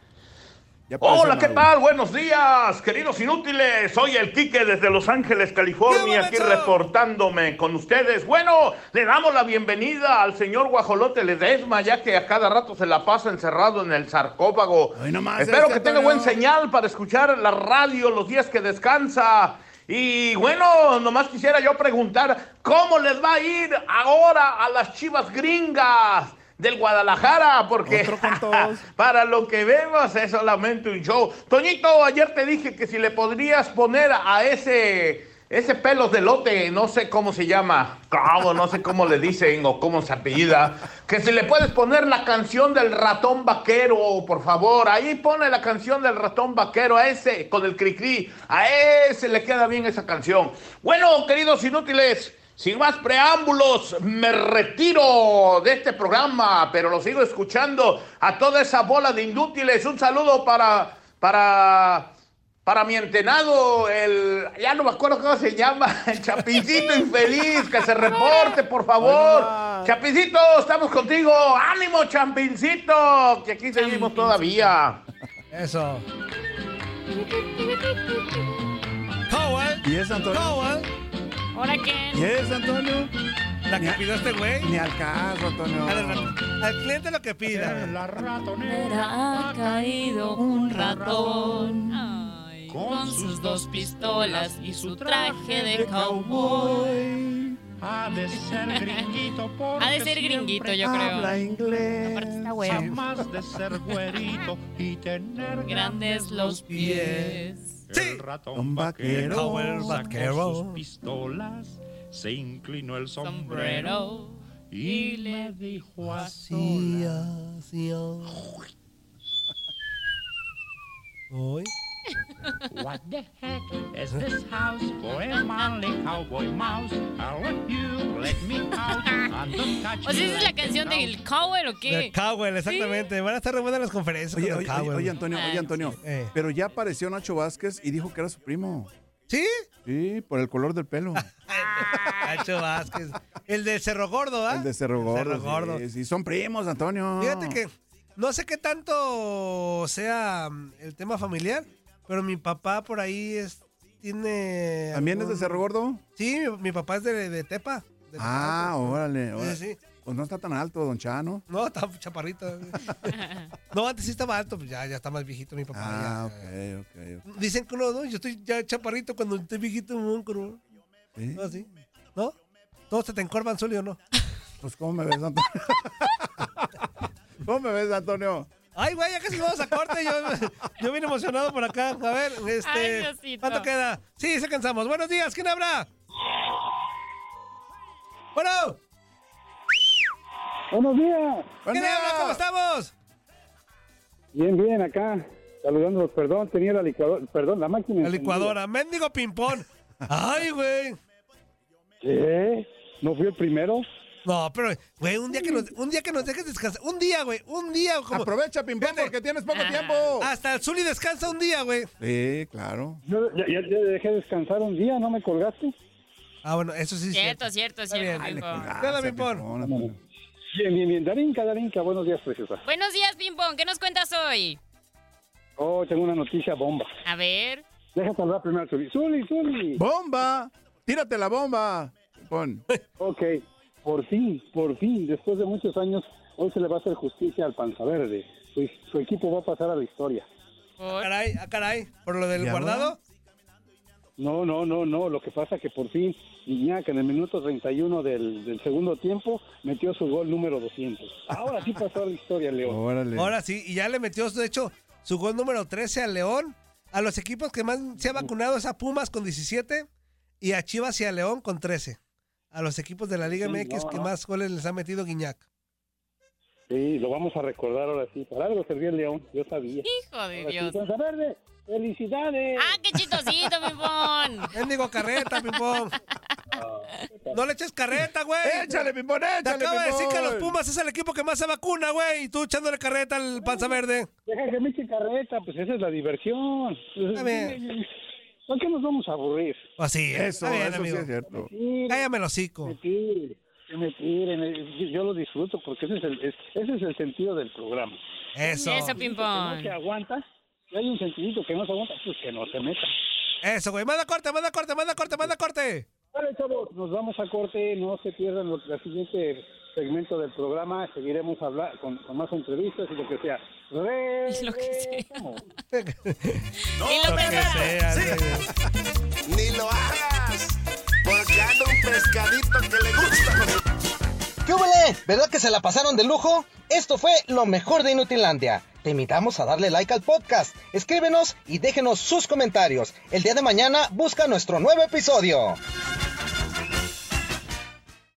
parecen ¿qué algo. tal? Buenos días, queridos inútiles. Soy el Quique desde Los Ángeles, California, aquí reportándome con ustedes. Bueno, le damos la bienvenida al señor Guajolote Ledesma, ya que a cada rato se la pasa encerrado en el sarcófago. Espero este, que tenga buen señal para escuchar la radio los días que descansa. Y bueno, nomás quisiera yo preguntar, ¿cómo les va a ir ahora a las chivas gringas? Del Guadalajara, porque [LAUGHS] para lo que vemos es solamente un show. Toñito, ayer te dije que si le podrías poner a ese, ese pelos de lote, no sé cómo se llama, cabo, no sé cómo le dicen o cómo se apellida, que si le puedes poner la canción del ratón vaquero, por favor, ahí pone la canción del ratón vaquero, a ese, con el cri-cri, a ese le queda bien esa canción. Bueno, queridos inútiles, sin más preámbulos, me retiro de este programa, pero lo sigo escuchando a toda esa bola de inútiles. Un saludo para, para, para mi entenado, el, ya no me acuerdo cómo se llama, [LAUGHS] el Chapincito infeliz, que se reporte, por favor. Chapincito, estamos contigo. Ánimo, Champincito, que aquí seguimos todavía. Eso. eh? ¿Y es Antonio? ¿Ahora qué? ¿Y es Antonio? La que pidió este güey. Ni al caso, Antonio. Eh, Al, al cliente lo que pida. La ratonera ha caído un ratón. Con sus dos pistolas y su traje de cowboy. Ha de ser gringuito porque Ha de ser gringuito, yo creo. habla inglés. Aparte está güero. Además de ser güerito y tener Grandes los pies. El ratón Un vaquero. vaquero, Cowboy sacó vaquero. sus pistolas, se inclinó el sombrero, Sombrero. Y le dijo así, así. Hoy. What the heck is this house? Boy, Marley, cowboy, mouse. I want you, let me out. And don't touch O sea, me Pues, ¿esa es la like a canción mouse. del Cowell o De qué? Cowell, exactamente. Van a estar re buenas las conferencias. Oye, con oye, Cowell. oye, oye, Antonio, oye, Antonio. Pero ya apareció Nacho Vázquez y dijo que era su primo. ¿Sí? Sí, por el color del pelo. Ah, Nacho Vázquez. [LAUGHS] El de Cerro Gordo, ¿ah? El de Cerro Gordo. Cerro sí, Gordo. Sí, son primos, Antonio. Fíjate que no sé qué tanto sea mm, el tema familiar, pero mi papá por ahí es, tiene... ¿También es de Cerro Gordo? Sí, mi, mi papá es de, de Tepa. de Ah, órale. órale. Sí, sí. Pues no está tan alto, don Chano. No, está chaparrito. no, antes sí estaba alto, pues ya, ya está más viejito mi papá. Ah, ya. ok, ok. ok. Dicen que uno, ¿no? Yo estoy ya chaparrito cuando estoy viejito, me voy a encorvar. ¿Sí? No, sí. ¿No? ¿Todos se te encorvan, Zulio, o no? Pues, ¿cómo me ves, Antonio? [LAUGHS] ¿Cómo me ves, Antonio? Ay, güey, ya casi vamos a corte. Yo, yo vine emocionado por acá. A ver, Ay, este. Diosito. ¿Cuánto queda? Sí, se cansamos. Buenos días, ¿quién habla? Bueno. Buenos días. ¿Quién habla? ¿Cómo estamos? Bien, bien, acá. Saludándolos, perdón, tenía la licuadora, perdón, la máquina. La licuadora. Méndigo Pimpón. Ay, güey. ¿Qué? ¿Eh? ¿No fui el primero? No, pero, güey, un día que nos, un día que nos dejes descansar. Un día, güey. Un día. Como, ah, Aprovecha, Pimpón, porque tienes poco tiempo. Hasta el Zuli descansa un día, güey. Sí, claro. Yo ya, ya- ya dejé descansar un día, ¿no me colgaste? Ah, bueno, eso sí. Cierto, cierto, cierto. Pimpón. Ah, Dale, pues, Pimpón. Bien, bien, bien. Darinka, Darinka, buenos días, preciosa. Buenos días, Pimpón. ¿Qué nos cuentas hoy? Oh, tengo una noticia bomba. A ver. Deja saludar primero al Zuli. Zuli, Zuli. ¡Bomba! ¡Tírate la bomba! Pon. Ok, por fin, por fin, después de muchos años, hoy se le va a hacer justicia al Panza Verde. Su, su equipo va a pasar a la historia. Ah, caray, ah, caray. ¿Por lo del ¿Y ahora? guardado? No, no, no, no. Lo que pasa que por fin Iñak en el minuto 31 del, del segundo tiempo metió su gol número 200. Ahora sí pasó a la historia, León. Órale. Ahora sí, y ya le metió, de hecho, su gol número 13 al León. A los equipos que más se ha vacunado es a Pumas con 17 y a Chivas y a León con 13. A los equipos de la Liga Sí, MX no, que no. más goles les ha metido Guiñac. Sí, lo vamos a recordar ahora sí. Para algo servía el León, yo sabía. Hijo de Ahora sí, Dios. Panza Verde, felicidades. ¡Ah, qué chistosito, Pimpón! Méndigo carreta, Pimpón. No le eches carreta, güey. Échale, Pimpón, Te échale, acabo de decir Pimpón. que los Pumas es el equipo que más se vacuna, güey. Y tú echándole carreta al panza verde. Deja que me eche carreta, pues esa es la diversión. Está bien. ¿Por qué nos vamos a aburrir? Así es. Eso, Está bien, eso amigo. sí es cierto. Cállame el hocico. Que me tiren, que me tiren. eh, Yo, yo lo disfruto porque ese es el, es- ese es el sentido del programa. Eso. Eso, Si hay un Pimpón. Que no se aguanta. Si hay un sentidito que no se aguanta, pues que no se meta. Eso, güey. Manda corte, manda corte, manda corte, manda corte. Vale, chavos, nos vamos a corte. No se pierdan lo, el siguiente segmento del programa. Seguiremos hablar con, con más entrevistas y lo que sea. Lo que sea. Y lo preparas. sea, Sí. Ni lo hagas. Porque anda un pescadito que le gusta. ¿Qué hubole? ¿Verdad que se la pasaron de lujo? Esto fue lo mejor de Inutilandia. Te invitamos a darle like al podcast, escríbenos y déjenos sus comentarios. El día de mañana busca nuestro nuevo episodio.